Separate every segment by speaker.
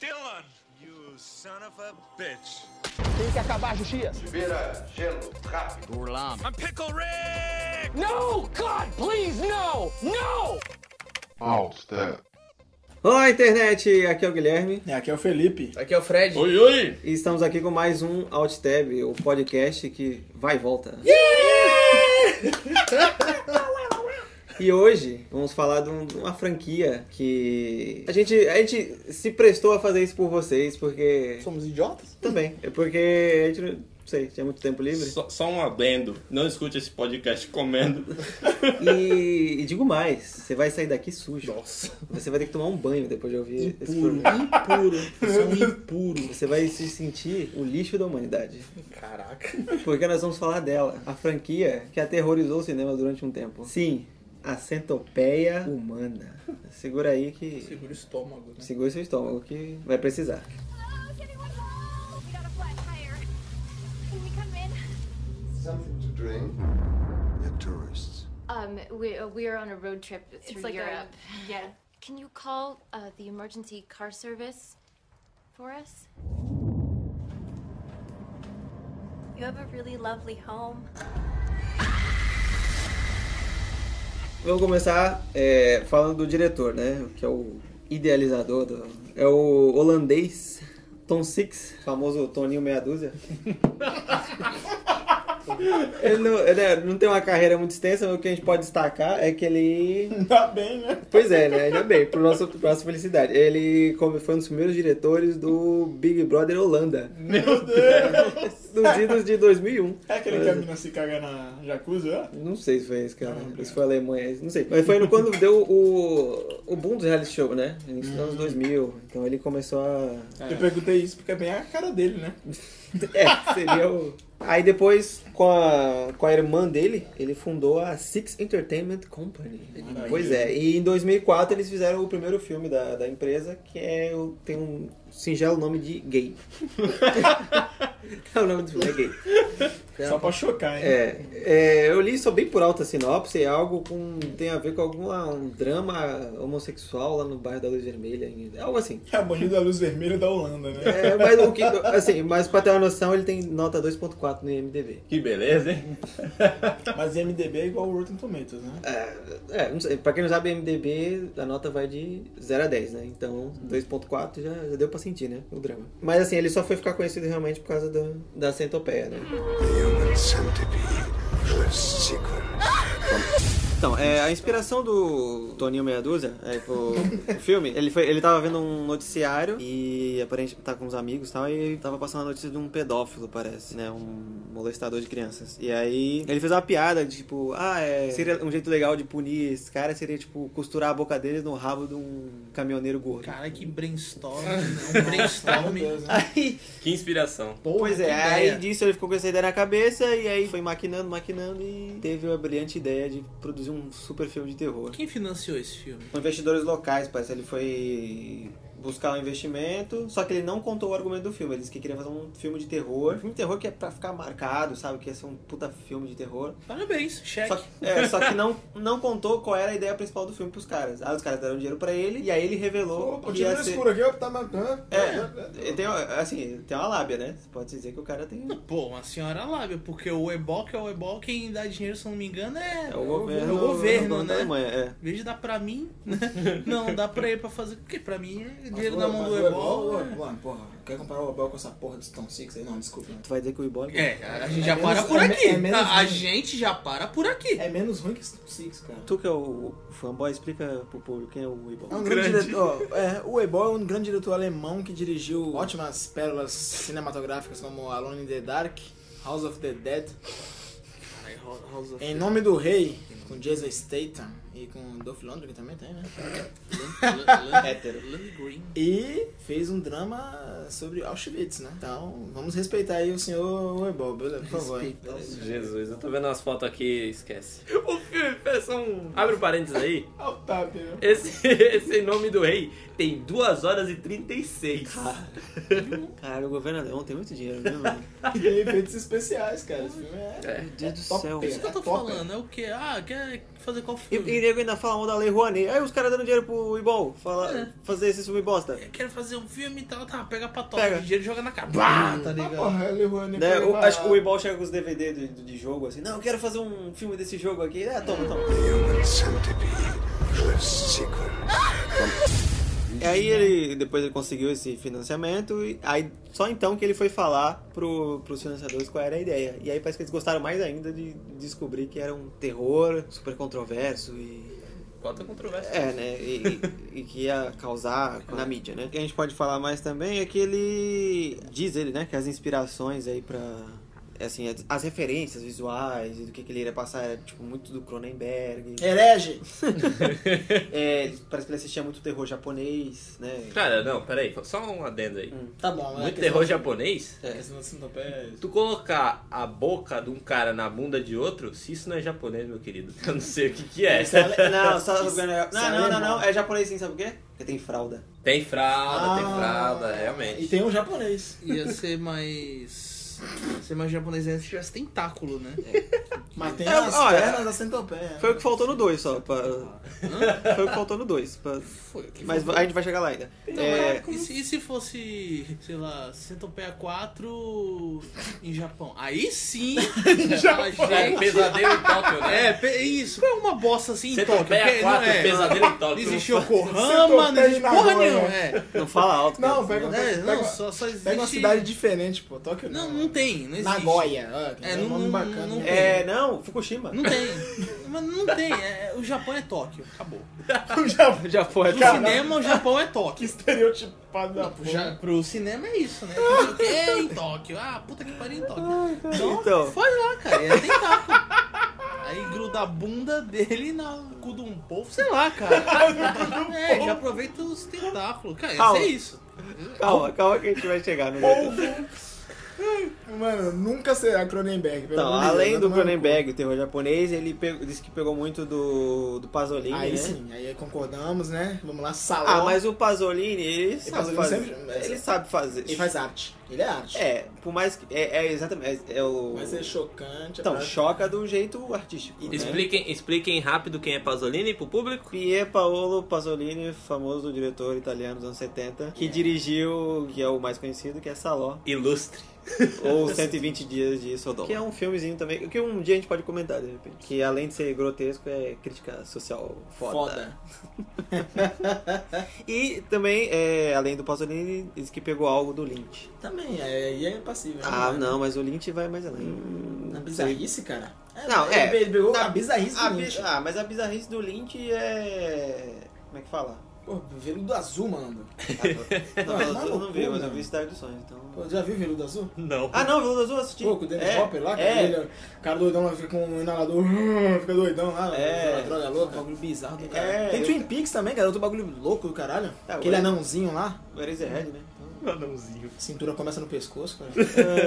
Speaker 1: done, you son of a bitch.
Speaker 2: Tem que acabar a justiça.
Speaker 3: Vira gelo, rápido.
Speaker 4: Burlame.
Speaker 1: I'm Pickle Rick!
Speaker 2: No, God, please, no, no!
Speaker 3: Alt step.
Speaker 5: Olá, internet! Aqui é o Guilherme
Speaker 6: É, aqui é o Felipe.
Speaker 7: Aqui é o Fred.
Speaker 5: e estamos aqui com mais um OutTab, o podcast que vai e volta. E hoje vamos falar de, um- de uma franquia que a gente, a gente se prestou a fazer isso por vocês, porque.
Speaker 6: Somos idiotas?
Speaker 5: Também. É porque a gente não não sei, tinha muito tempo livre.
Speaker 8: Só, só um adendo, não escute esse podcast comendo.
Speaker 5: E, e digo mais, você vai sair daqui sujo.
Speaker 6: Nossa.
Speaker 5: Você vai ter que tomar um banho depois de ouvir esse
Speaker 6: Impuro,
Speaker 5: programa.
Speaker 6: impuro. Você é um impuro.
Speaker 5: Você vai se sentir o lixo da humanidade.
Speaker 6: Caraca.
Speaker 5: Porque nós vamos falar dela, a franquia que aterrorizou o cinema durante um tempo. Sim, a centopeia humana. Segura aí que.
Speaker 6: Segura o estômago, né?
Speaker 5: Segura seu estômago que vai precisar.
Speaker 9: Hello, is anyone home? We got a flat tire. Can we come in?
Speaker 3: Something to drink. You're tourists.
Speaker 10: Um, we, uh, we are on a road trip through
Speaker 9: like a-
Speaker 10: Europe.
Speaker 9: yeah.
Speaker 10: Can you call uh, the emergency car service for us?
Speaker 9: You have a really lovely home.
Speaker 5: Vamos começar é, falando do diretor, né? Que é o idealizador do. É o holandês Tom Six, famoso Toninho Meia Dúzia. Ele não, ele é- não tem uma carreira muito extensa, mas o que a gente pode destacar é que ele
Speaker 6: Tá bem, né?
Speaker 5: Pois é, né? Ainda bem, pro nosso, pra nossa felicidade. Ele como foi um dos primeiros diretores do Big Brother Holanda,
Speaker 6: Meu Deus.
Speaker 5: dos idos de 2001.
Speaker 6: É aquele que a mina se caga na jacuzzi, ó?
Speaker 5: Não sei se foi esse, cara.
Speaker 6: Ah, obrigado.
Speaker 5: se foi Alemanha, não sei. Mas foi no- quando deu o, o boom do reality show, né? Início dos anos
Speaker 6: Hum.
Speaker 5: 2000. Então ele começou a...
Speaker 6: Eu perguntei isso porque é bem a cara dele, né?
Speaker 5: É, seria o... Aí depois, com a, com a irmã dele, ele fundou a Six Entertainment Company.
Speaker 6: Maravilha.
Speaker 5: Pois é, e em 2004 eles fizeram o primeiro filme da, da empresa, que é, o- tem um singelo nome de Gay. é o nome do filme, é Gay.
Speaker 6: Só pra chocar, hein?
Speaker 5: É, é, eu li só bem por alta sinopse, é algo com tem a ver com algum um drama homossexual lá no bairro da Luz Vermelha, em- algo assim.
Speaker 6: É a bonita da luz vermelha da Holanda, né?
Speaker 5: É, mas, o que, assim, mas pra ter uma noção, ele tem nota 2.4 no IMDB.
Speaker 8: Que beleza, hein?
Speaker 6: Mas MDB é igual o Rotten Tomatoes, né?
Speaker 5: É, é, não sei, pra quem não sabe, MDB, a nota vai de 0 a 10, né? Então, 2.4 já, já deu pra sentir, né? O drama. Mas assim, ele só foi ficar conhecido realmente por causa da, da centopeia, né?
Speaker 3: The human centipede. The sequence.
Speaker 5: Então, é, a inspiração do Toninho Meia Dúzia, é, o, o filme, ele, foi, ele tava vendo um noticiário e aparentemente tá com uns amigos e tal, e tava passando a notícia de um pedófilo, parece, né? Um molestador de crianças. E aí ele fez uma piada, tipo, ah, é, seria um jeito legal de punir esse cara seria, tipo, costurar a boca dele no rabo de um caminhoneiro gordo.
Speaker 7: Cara, que brainstorm. né? Um brainstorm.
Speaker 6: É. Meu Deus, né?
Speaker 5: Aí,
Speaker 8: Que inspiração.
Speaker 5: pois é,
Speaker 7: que
Speaker 5: aí
Speaker 7: ideia.
Speaker 5: disso ele ficou com essa ideia na cabeça e aí foi maquinando, maquinando e teve a brilhante ideia de produzir um super filme de terror.
Speaker 7: Quem financiou esse filme?
Speaker 5: Com investidores locais, parece. Ele foi buscar um investimento, só que ele não contou o argumento do filme. Ele disse que queria fazer um filme de terror. Um filme de terror que é pra ficar marcado, sabe? Que ia ser um puta filme de terror.
Speaker 7: Parabéns, cheque.
Speaker 5: Só que, é, só que não, não contou qual era a ideia principal do filme pros caras. Aí os caras deram dinheiro pra ele, e aí ele revelou
Speaker 3: Opa,
Speaker 5: que
Speaker 3: o
Speaker 5: ia
Speaker 3: tiro no
Speaker 5: ser-
Speaker 3: escuro aqui, ó, tá matando.
Speaker 5: É, ele tem, assim, tem uma lábia, né? Você pode dizer que o cara tem... um
Speaker 7: Pô, uma senhora lábia, porque o Ebol, que é o Ebol, quem dá dinheiro, se eu não me engano, é,
Speaker 5: É o governo,
Speaker 7: é o governo,
Speaker 5: dono da
Speaker 7: né?
Speaker 5: Alemanha, é.
Speaker 7: Em vez de dar pra mim, né? não, dá pra ele pra fazer. Porque pra mim, é dinheiro
Speaker 6: Mas
Speaker 7: na
Speaker 6: o-
Speaker 7: mão
Speaker 6: mas
Speaker 7: do né?
Speaker 6: o
Speaker 7: Ebol.
Speaker 6: Ebol, Mano, porra, quer comparar o Ebol com essa porra do Stone Six aí? Não, desculpa. né?
Speaker 5: Tu vai dizer que o Ibol...
Speaker 7: É, a gente já
Speaker 6: menos-
Speaker 7: para por
Speaker 6: é me-
Speaker 7: aqui.
Speaker 6: é menos
Speaker 7: a, a
Speaker 6: ruim.
Speaker 7: gente já para por aqui.
Speaker 6: É menos ruim que Stone Six, cara.
Speaker 5: Tu que é o fanboy, explica pro público quem é o Ibol.
Speaker 6: É um grande diretor. É, o Ebol é um grande diretor alemão que dirigiu ótimas pérolas cinematográficas como Alone in the Dark, House of the Dead, Em Nome do Rei, com Jason Statham e com Dolph Lundgren também tem, né?
Speaker 7: Hétero. Green.
Speaker 6: E fez um drama sobre Auschwitz, né? Então, vamos respeitar aí o senhor Ebol, beleza? Por favor.
Speaker 8: Jesus, eu tô vendo umas fotos aqui esquece. O filme, é só um... Abre um parênteses aí. Esse, esse nome do rei tem 2 horas e 36.
Speaker 5: Cara, o governo alemão tem muito dinheiro, né, mano?
Speaker 6: E tem efeitos especiais, cara. Esse filme é...
Speaker 5: Meu Deus do
Speaker 6: Top
Speaker 5: céu.
Speaker 6: pay.
Speaker 7: Isso que eu tô
Speaker 6: Top,
Speaker 7: falando, é o quê? Ah, quer fazer qual
Speaker 5: E,
Speaker 7: filme?
Speaker 5: e nego ainda fala mal da Lei Rouanet. Aí os caras dando dinheiro pro Ibol fala, fazer esse filme bosta.
Speaker 7: Eu quero fazer um filme e tal, tá, pega a patota
Speaker 5: Pega.
Speaker 7: de dinheiro e joga na cara. Bah, tá ligado?
Speaker 6: Porra, ele errou, ele
Speaker 5: Né,
Speaker 6: foi
Speaker 5: eu
Speaker 6: barato.
Speaker 5: acho que o Ibol chega com os DVD de, de jogo assim. Não, eu quero fazer um filme desse jogo aqui. É, toma, toma.
Speaker 3: The Human Centipede, the sequel.
Speaker 5: E aí ele depois ele conseguiu esse financiamento e aí só então que ele foi falar pro, pros financiadores qual era a ideia. E aí parece que eles gostaram mais ainda de descobrir que era um terror super controverso e
Speaker 8: Quanta controvérsia.
Speaker 5: é, né? E, e- e que ia causar na mídia, né? O que a gente pode falar mais também é que ele diz ele, né, que as inspirações aí pra assim, as- as referências visuais e do que, que ele iria passar era tipo muito do Cronenberg.
Speaker 6: Herege!
Speaker 5: É, parece que ele assistia muito terror japonês, né?
Speaker 8: Cara, não, peraí. Só um adendo aí.
Speaker 6: Tá bom, mas
Speaker 8: Muito
Speaker 6: é
Speaker 8: terror
Speaker 6: questão-
Speaker 8: japonês?
Speaker 6: é questão da sintopéia.
Speaker 8: Tu colocar a boca de um cara na bunda de outro, se isso não é japonês, meu querido, eu não sei o que que é.
Speaker 5: tá Não, só não, não, não, não,
Speaker 6: alemão.
Speaker 5: é japonês sim, sabe por quê? Porque tem fralda.
Speaker 8: Tem fralda, tem
Speaker 6: Ah,
Speaker 8: fralda, realmente.
Speaker 6: E tem um japonês.
Speaker 7: Ia ser mais. Ser mais japonês ainda se tivesse tentáculo, né?
Speaker 6: Mas tem
Speaker 5: É,
Speaker 6: as
Speaker 5: olha,
Speaker 6: pernas da centopeia.
Speaker 5: Foi o que faltou no 2 só, pra... Foi o que faltou no 2, pra...
Speaker 7: Foi. que
Speaker 5: mas a gente vai chegar lá ainda.
Speaker 7: Não,
Speaker 5: É,
Speaker 7: mas e, se, e se fosse, sei lá, Centopeia 4 em Japão? Aí sim, a
Speaker 8: É,
Speaker 7: gente...
Speaker 8: pesadelo em Tóquio, né?
Speaker 7: É, pe- isso. Foi uma bosta assim em
Speaker 5: Então,
Speaker 7: Tóquio.
Speaker 8: Centopeia
Speaker 7: porque não
Speaker 8: 4,
Speaker 7: é-
Speaker 8: pesadelo em
Speaker 7: Não
Speaker 8: Tóquio.
Speaker 7: existe Yokohama, não
Speaker 6: Centopeia
Speaker 7: existe porra
Speaker 6: na rua,
Speaker 7: nenhuma. É.
Speaker 5: não fala alto. cara.
Speaker 6: Não, pega,
Speaker 7: É,
Speaker 6: pega,
Speaker 7: não,
Speaker 6: pega,
Speaker 7: só, só existe...
Speaker 6: pega uma cidade diferente, pô. Tóquio
Speaker 7: Não, não tem, não existe.
Speaker 6: Nagoya. Ah, que
Speaker 7: É,
Speaker 6: é,
Speaker 7: não-
Speaker 6: um nome
Speaker 7: não-
Speaker 6: bacana.
Speaker 7: não-
Speaker 6: né?
Speaker 5: É, não, Fukushima.
Speaker 7: Não tem. Mas não tem. é- o Japão é Tóquio. Acabou.
Speaker 5: Já foi.
Speaker 7: Pro cinema, o Japão é Tóquio.
Speaker 6: estereotipado da
Speaker 7: Pro, ja- pro cinema é isso, né? Fazer o quê em Tóquio? Ah, puta que pariu em Tóquio. Então,
Speaker 5: Então.
Speaker 7: foi lá, cara. Ia tentar. Aí gruda a bunda dele no cu de um povo, sei lá, cara. É, já aproveita os tentáculos. Cara, ia
Speaker 5: Calma.
Speaker 7: ser isso.
Speaker 5: Calma, calma que a gente vai chegar no jeito.
Speaker 6: Mano, nunca será Cronenberg. pelo
Speaker 5: Então,
Speaker 6: amor de Deus,
Speaker 5: além
Speaker 6: vai
Speaker 5: do
Speaker 6: tomar no cu.
Speaker 5: Cronenberg, o terror japonês, ele pe- disse que pegou muito do, do Pasolini,
Speaker 6: Aí
Speaker 5: né?
Speaker 6: sim, aí concordamos, né? Vamos lá, salão.
Speaker 5: Ah, mas o Pasolini, ele sabe
Speaker 6: Pasolini
Speaker 5: fazer.
Speaker 6: sempre-
Speaker 5: Ele sabe fazer.
Speaker 6: Ele faz arte. Ele é arte.
Speaker 5: É, por mais que. É, é exatamente. É, é o.
Speaker 6: Mas é chocante.
Speaker 5: Então,
Speaker 6: é pra-
Speaker 5: choca do jeito artístico. né?
Speaker 8: Expliquem, expliquem rápido quem é Pasolini pro público.
Speaker 5: Pier Paolo Pasolini, famoso diretor italiano dos anos 70, que dirigiu, que é o mais conhecido, que é Saló,
Speaker 8: Ilustre.
Speaker 5: ou 120 Dias de Sodoma. Que é um filmezinho também, que um dia a gente pode comentar, de repente. Que além de ser grotesco, é crítica social foda.
Speaker 6: Foda.
Speaker 5: E também, é, além do Pasolini, diz que pegou algo do Lynch.
Speaker 6: Também, aí é passível.
Speaker 5: Ah,
Speaker 6: né?
Speaker 5: não, mas o Lynch vai mais além.
Speaker 6: Na bizarrice, cara.
Speaker 5: Não, é.
Speaker 6: Ele ele pegou
Speaker 5: Na-
Speaker 6: a bizarrice
Speaker 5: A
Speaker 6: do
Speaker 5: bi-
Speaker 6: bicho.
Speaker 5: Ah, mas a bizarrice do Lynch é... Como é que fala?
Speaker 6: Pô, veludo azul, mano.
Speaker 5: Não,
Speaker 6: tá
Speaker 5: eu não, vi,
Speaker 6: maluco,
Speaker 5: mas eu
Speaker 6: mano.
Speaker 5: vi Cidade dos Sonhos, então...
Speaker 6: Pô, já viu veludo azul?
Speaker 8: Não.
Speaker 5: Ah, não, Veludo Azul eu assisti.
Speaker 6: Pô, com o Dennis
Speaker 5: é,
Speaker 6: Hopper lá, cara.
Speaker 5: é,
Speaker 6: Ele, o cara doidão lá fica com um inalador, fica doidão lá.
Speaker 5: É.
Speaker 6: É. Droga louca. Bagulho bizarro do Tá
Speaker 5: caralho.
Speaker 6: Tem Twin Peaks também, cara. Outro bagulho louco do caralho.
Speaker 5: Ah,
Speaker 6: Aquele
Speaker 5: ué.
Speaker 6: anãozinho lá.
Speaker 5: o Eraserhead, né?
Speaker 8: Anãozinho.
Speaker 6: Cintura começa no pescoço, cara.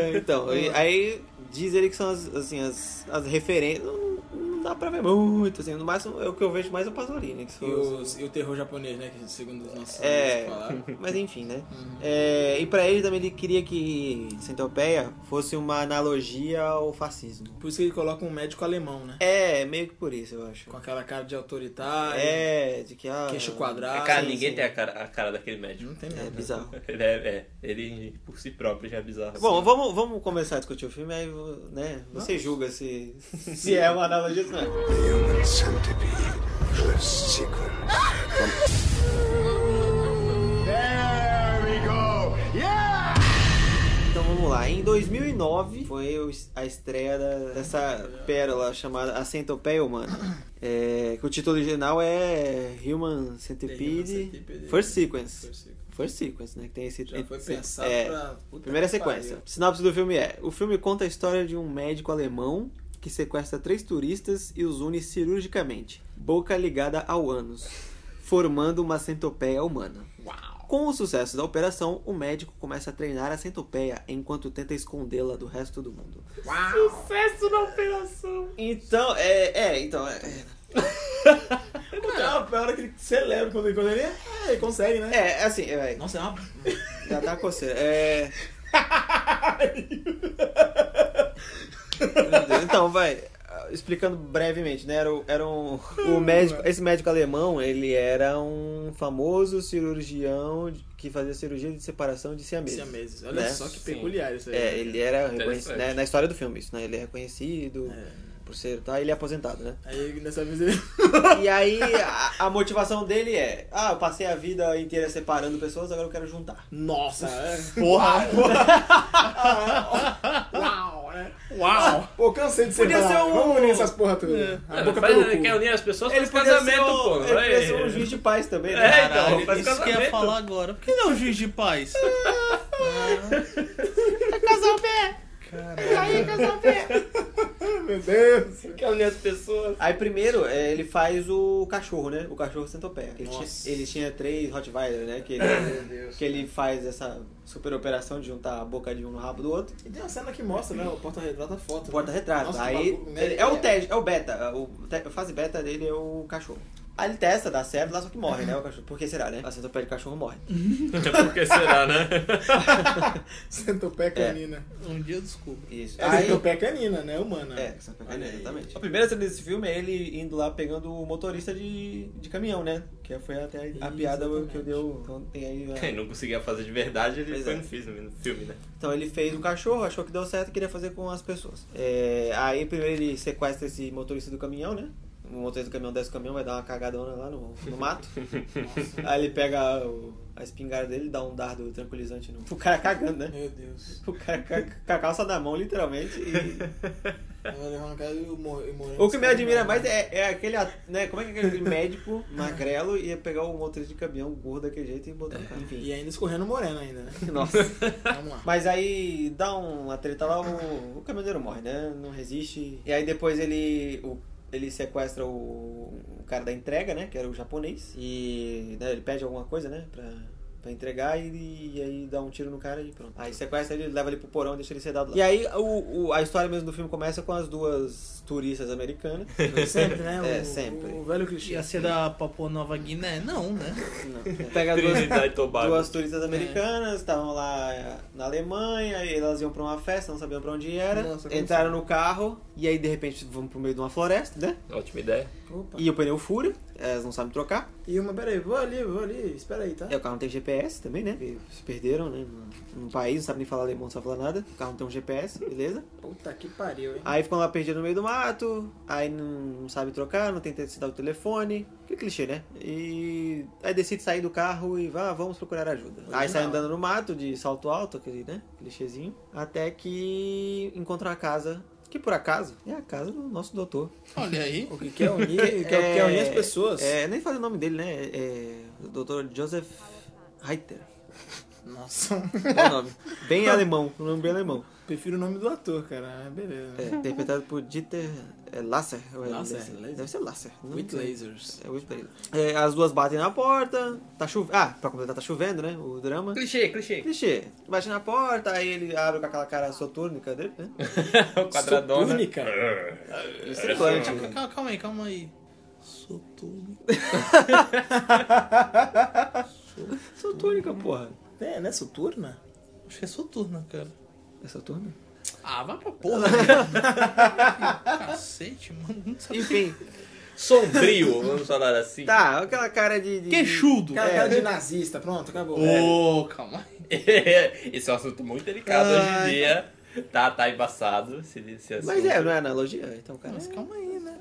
Speaker 5: É, então, e- aí diz ele que são as, assim, as, as referências... Não, não dá pra ver muito, assim. No máximo, é o que eu vejo mais é o Pasolini. Que se
Speaker 6: E,
Speaker 5: for-
Speaker 6: os- e o terror japonês, né? Que segundo os nossos
Speaker 5: É,
Speaker 6: amigos falaram. Uhum.
Speaker 5: mas enfim, né? É, e pra ele também ele queria que Centopeia fosse uma analogia ao fascismo.
Speaker 6: Por isso que ele coloca um médico alemão, né?
Speaker 5: É, meio que por isso, eu acho.
Speaker 6: Com aquela cara de autoritário,
Speaker 5: É, de que ah,
Speaker 6: queixo quadrado. assim. né?
Speaker 8: Cara,
Speaker 5: sim,
Speaker 8: ninguém
Speaker 5: sim.
Speaker 8: tem a cara, a cara daquele médico.
Speaker 6: Não tem
Speaker 5: É
Speaker 6: nada.
Speaker 5: bizarro.
Speaker 8: Ele é, é, ele por si próprio já é bizarro.
Speaker 5: Bom, vamos, vamos começar a discutir o filme, aí né, você julga se, se é uma analogia ou se não
Speaker 6: né?
Speaker 5: é.
Speaker 3: The Human Centipede, the sequel.
Speaker 5: Então vamos lá, em 2009 foi o- a estreia da- dessa pérola chamada A Centopeia Humana. É, que o título original é Human
Speaker 6: É Human
Speaker 5: Centipede
Speaker 6: Centipede.
Speaker 5: First Sequence.
Speaker 6: Persigo.
Speaker 5: First Sequence, né? Que tem esse
Speaker 6: Já foi pensado
Speaker 5: é,
Speaker 6: pra. Puta
Speaker 5: Primeira
Speaker 6: que
Speaker 5: sequência.
Speaker 6: pariu.
Speaker 5: Sinopse do filme é: o filme conta a história de um médico alemão que sequestra três turistas e os une cirurgicamente, boca ligada ao ânus, formando uma centopeia humana. Com o sucesso da operação, o médico começa a treinar a centopeia enquanto tenta escondê-la do resto do mundo.
Speaker 8: Sucesso na operação!
Speaker 5: Então, é, é, então, é,
Speaker 6: Cara, a hora que ele celebra quando, quando ele. É, ele consegue, né?
Speaker 5: é assim, é,
Speaker 6: Nossa, é uma.
Speaker 5: já dá coceira. É, Então, vai. explicando brevemente, né? Era, o- era um, o médico, esse médico alemão, ele era um famoso cirurgião de- que fazia cirurgia de separação de siameses.
Speaker 6: Esse é meses. Olha
Speaker 5: né?
Speaker 6: só que
Speaker 8: Sim.
Speaker 6: peculiar isso aí. né,
Speaker 5: É, ele era reconhecido,
Speaker 8: Interessante.
Speaker 5: né? na história do filme, isso, né? Ele é reconhecido
Speaker 6: É.
Speaker 5: por ser, tá? Ele é aposentado, né?
Speaker 6: Aí nessa vez ele.
Speaker 5: E aí a, a motivação dele é: ah, eu passei a vida inteira separando pessoas, agora eu quero juntar.
Speaker 6: Nossa! é.
Speaker 7: Porra!
Speaker 6: Uau! né?
Speaker 7: Uau!
Speaker 6: Pô, cansei de
Speaker 5: Podia
Speaker 6: separar.
Speaker 5: ser um-
Speaker 6: Vamos unir essas porra toda. A boca
Speaker 8: É, faz- um-
Speaker 6: pelo cu.
Speaker 8: quer unir as pessoas faz
Speaker 5: podia ser
Speaker 8: casamento,
Speaker 5: um-
Speaker 8: pô.
Speaker 5: Ele podia
Speaker 8: Aí.
Speaker 5: ser um juiz de paz também, né?
Speaker 8: É, então,
Speaker 7: Caralho,
Speaker 8: faz
Speaker 7: isso que eu ia
Speaker 8: casamento.
Speaker 7: falar agora. Por que não juiz de paz?
Speaker 6: Meu Deus!
Speaker 8: Quer unir as pessoas.
Speaker 5: Aí primeiro é, ele faz o cachorro, né? O cachorro centopeia. Ele tinha, ele tinha três Rottweiler, né? Que ele, que ele faz essa super operação de juntar a boca de um no rabo do outro.
Speaker 6: E tem uma cena que mostra, né? O porta-retrato, a foto. né?
Speaker 5: Porta-retrato.
Speaker 6: Nossa,
Speaker 5: Aí
Speaker 6: que bagulho, né?
Speaker 5: ele- é o teste, é o beta. O te- a fase beta dele é o cachorro. Aí ele testa, dá certo, lá só que morre, né? O cachorro. Por que será, né? A centopeia de cachorro morre.
Speaker 8: Por que será, né?
Speaker 6: Centopé canina.
Speaker 7: Um dia eu descubro.
Speaker 5: Isso.
Speaker 6: É,
Speaker 5: Aí,
Speaker 6: centopé canina, né? Humana.
Speaker 5: É, São Pepe,
Speaker 6: Olha aí.
Speaker 5: exatamente. A primeira cena desse filme é ele indo lá pegando o motorista de, de caminhão, né? Que foi até a, a piada que eu deu. Então tem aí.
Speaker 8: Quem
Speaker 5: a-
Speaker 8: não conseguia fazer de verdade, ele
Speaker 5: Pois
Speaker 8: foi
Speaker 5: é.
Speaker 8: no filme, no filme, né?
Speaker 5: Então ele fez o cachorro, achou que deu certo e queria fazer com as pessoas. É, aí primeiro ele sequestra esse motorista do caminhão, né? O motorista do caminhão desce o caminhão, vai dar uma cagadona lá no, no mato. aí ele pega o- a espingarda dele, dá um dardo tranquilizante no. O cara cagando, né?
Speaker 6: Meu Deus.
Speaker 5: O cara ca- com a calça na mão, literalmente. e-
Speaker 6: Eu vou levar no cara e mor- e morrer.
Speaker 5: O que me admira mais é, é aquele, at- né? Como é que aquele médico magrelo ia pegar o motorista de caminhão gordo daquele jeito e botar no carro? Enfim.
Speaker 6: E ainda escorrendo moreno ainda, né?
Speaker 5: Nossa.
Speaker 6: Vamos lá.
Speaker 5: Mas aí dá um, uma treta lá, o, o caminhoneiro morre, né? Não resiste. E aí depois ele. o- ele sequestra o, o cara da entrega, né? Que era o japonês. E né, ele pede alguma coisa, né? Pra, pra entregar e, e aí dá um tiro no cara e pronto. Aí sequestra ele, leva ele pro porão, deixa ele sedado lá. E aí o- o- a história mesmo do filme começa com as duas turistas americanas.
Speaker 6: Sempre, né? O,
Speaker 5: É, sempre.
Speaker 6: O velho clichê.
Speaker 7: Ia ser da Papua Nova Guiné? Não, né?
Speaker 5: Não, pega duas,
Speaker 8: Trinidad e Tobago.
Speaker 5: duas
Speaker 6: É.
Speaker 5: turistas americanas, estavam lá eh, na Alemanha, e elas iam pra uma festa, não sabiam pra onde era.
Speaker 6: Nossa, como
Speaker 5: entraram no carro e aí de repente vão pro meio de uma floresta, né?
Speaker 8: Ótima ideia.
Speaker 6: Opa.
Speaker 5: E o pneu fura, elas não sabem trocar.
Speaker 6: E uma, peraí, vou ali, vou ali, espera aí, tá?
Speaker 5: É, o carro não tem GPS também, né? Porque Se perderam, né? num- Num país, não sabe nem falar alemão, não sabe falar nada. O carro não tem um GPS, beleza?
Speaker 6: Puta que pariu, hein?
Speaker 5: Aí ficam lá perdidos no meio do mato, aí não, não sabe trocar, não tem sinal do telefone. Que clichê, né? E aí decide sair do carro e vá, vamos procurar ajuda. Aí sai andando no mato de salto alto, aquele, né? Clichêzinho. Até que encontra uma casa, que por acaso é a casa do nosso doutor.
Speaker 7: Olha aí.
Speaker 6: O que quer unir, o que quer
Speaker 5: É,
Speaker 6: unir as pessoas.
Speaker 5: É, nem falei o nome dele, né? É, é, doutor Joseph Reiter.
Speaker 6: Nossa,
Speaker 5: Bom nome. Bem alemão, um nome bem alemão.
Speaker 6: prefiro o nome do ator, cara. Mas Beleza.
Speaker 5: É, interpretado por Dieter é, Lasser. ou é-
Speaker 6: Lasser,
Speaker 5: deve, ser-
Speaker 6: Lasser.
Speaker 5: deve ser Lasser. não
Speaker 6: With
Speaker 5: sei.
Speaker 6: lasers.
Speaker 5: É, Whip Blade. É, as duas batem na porta, tá chovendo. Ah, pra completar, tá chovendo, né? O drama.
Speaker 8: Clichê, clichê.
Speaker 5: Clichê. Bate na porta, aí ele abre com aquela cara soturnica dele, né?
Speaker 8: o quadradona.
Speaker 6: Túnica. É.
Speaker 5: Circulante. né?
Speaker 7: Calma, calma aí, calma aí. Sou tudo.
Speaker 5: Soturnica, porra.
Speaker 6: É, né? Soturna?
Speaker 7: Acho que é soturna, cara.
Speaker 5: É soturna?
Speaker 7: Ah, vai pra porra, né? cara. Cacete, mano. Não sabe.
Speaker 5: Enfim,
Speaker 8: Sombrio, vamos falar assim.
Speaker 5: tá, aquela cara de. de-
Speaker 7: Queixudo.
Speaker 5: É.
Speaker 6: Cara, cara de nazista, pronto, acabou.
Speaker 7: Ô, calma aí.
Speaker 8: Esse é um assunto muito delicado hoje em dia. Tá, tá embaçado. Se, se
Speaker 5: Mas é, não é analogia? Então, cara.
Speaker 6: É.
Speaker 7: Mas calma aí, né?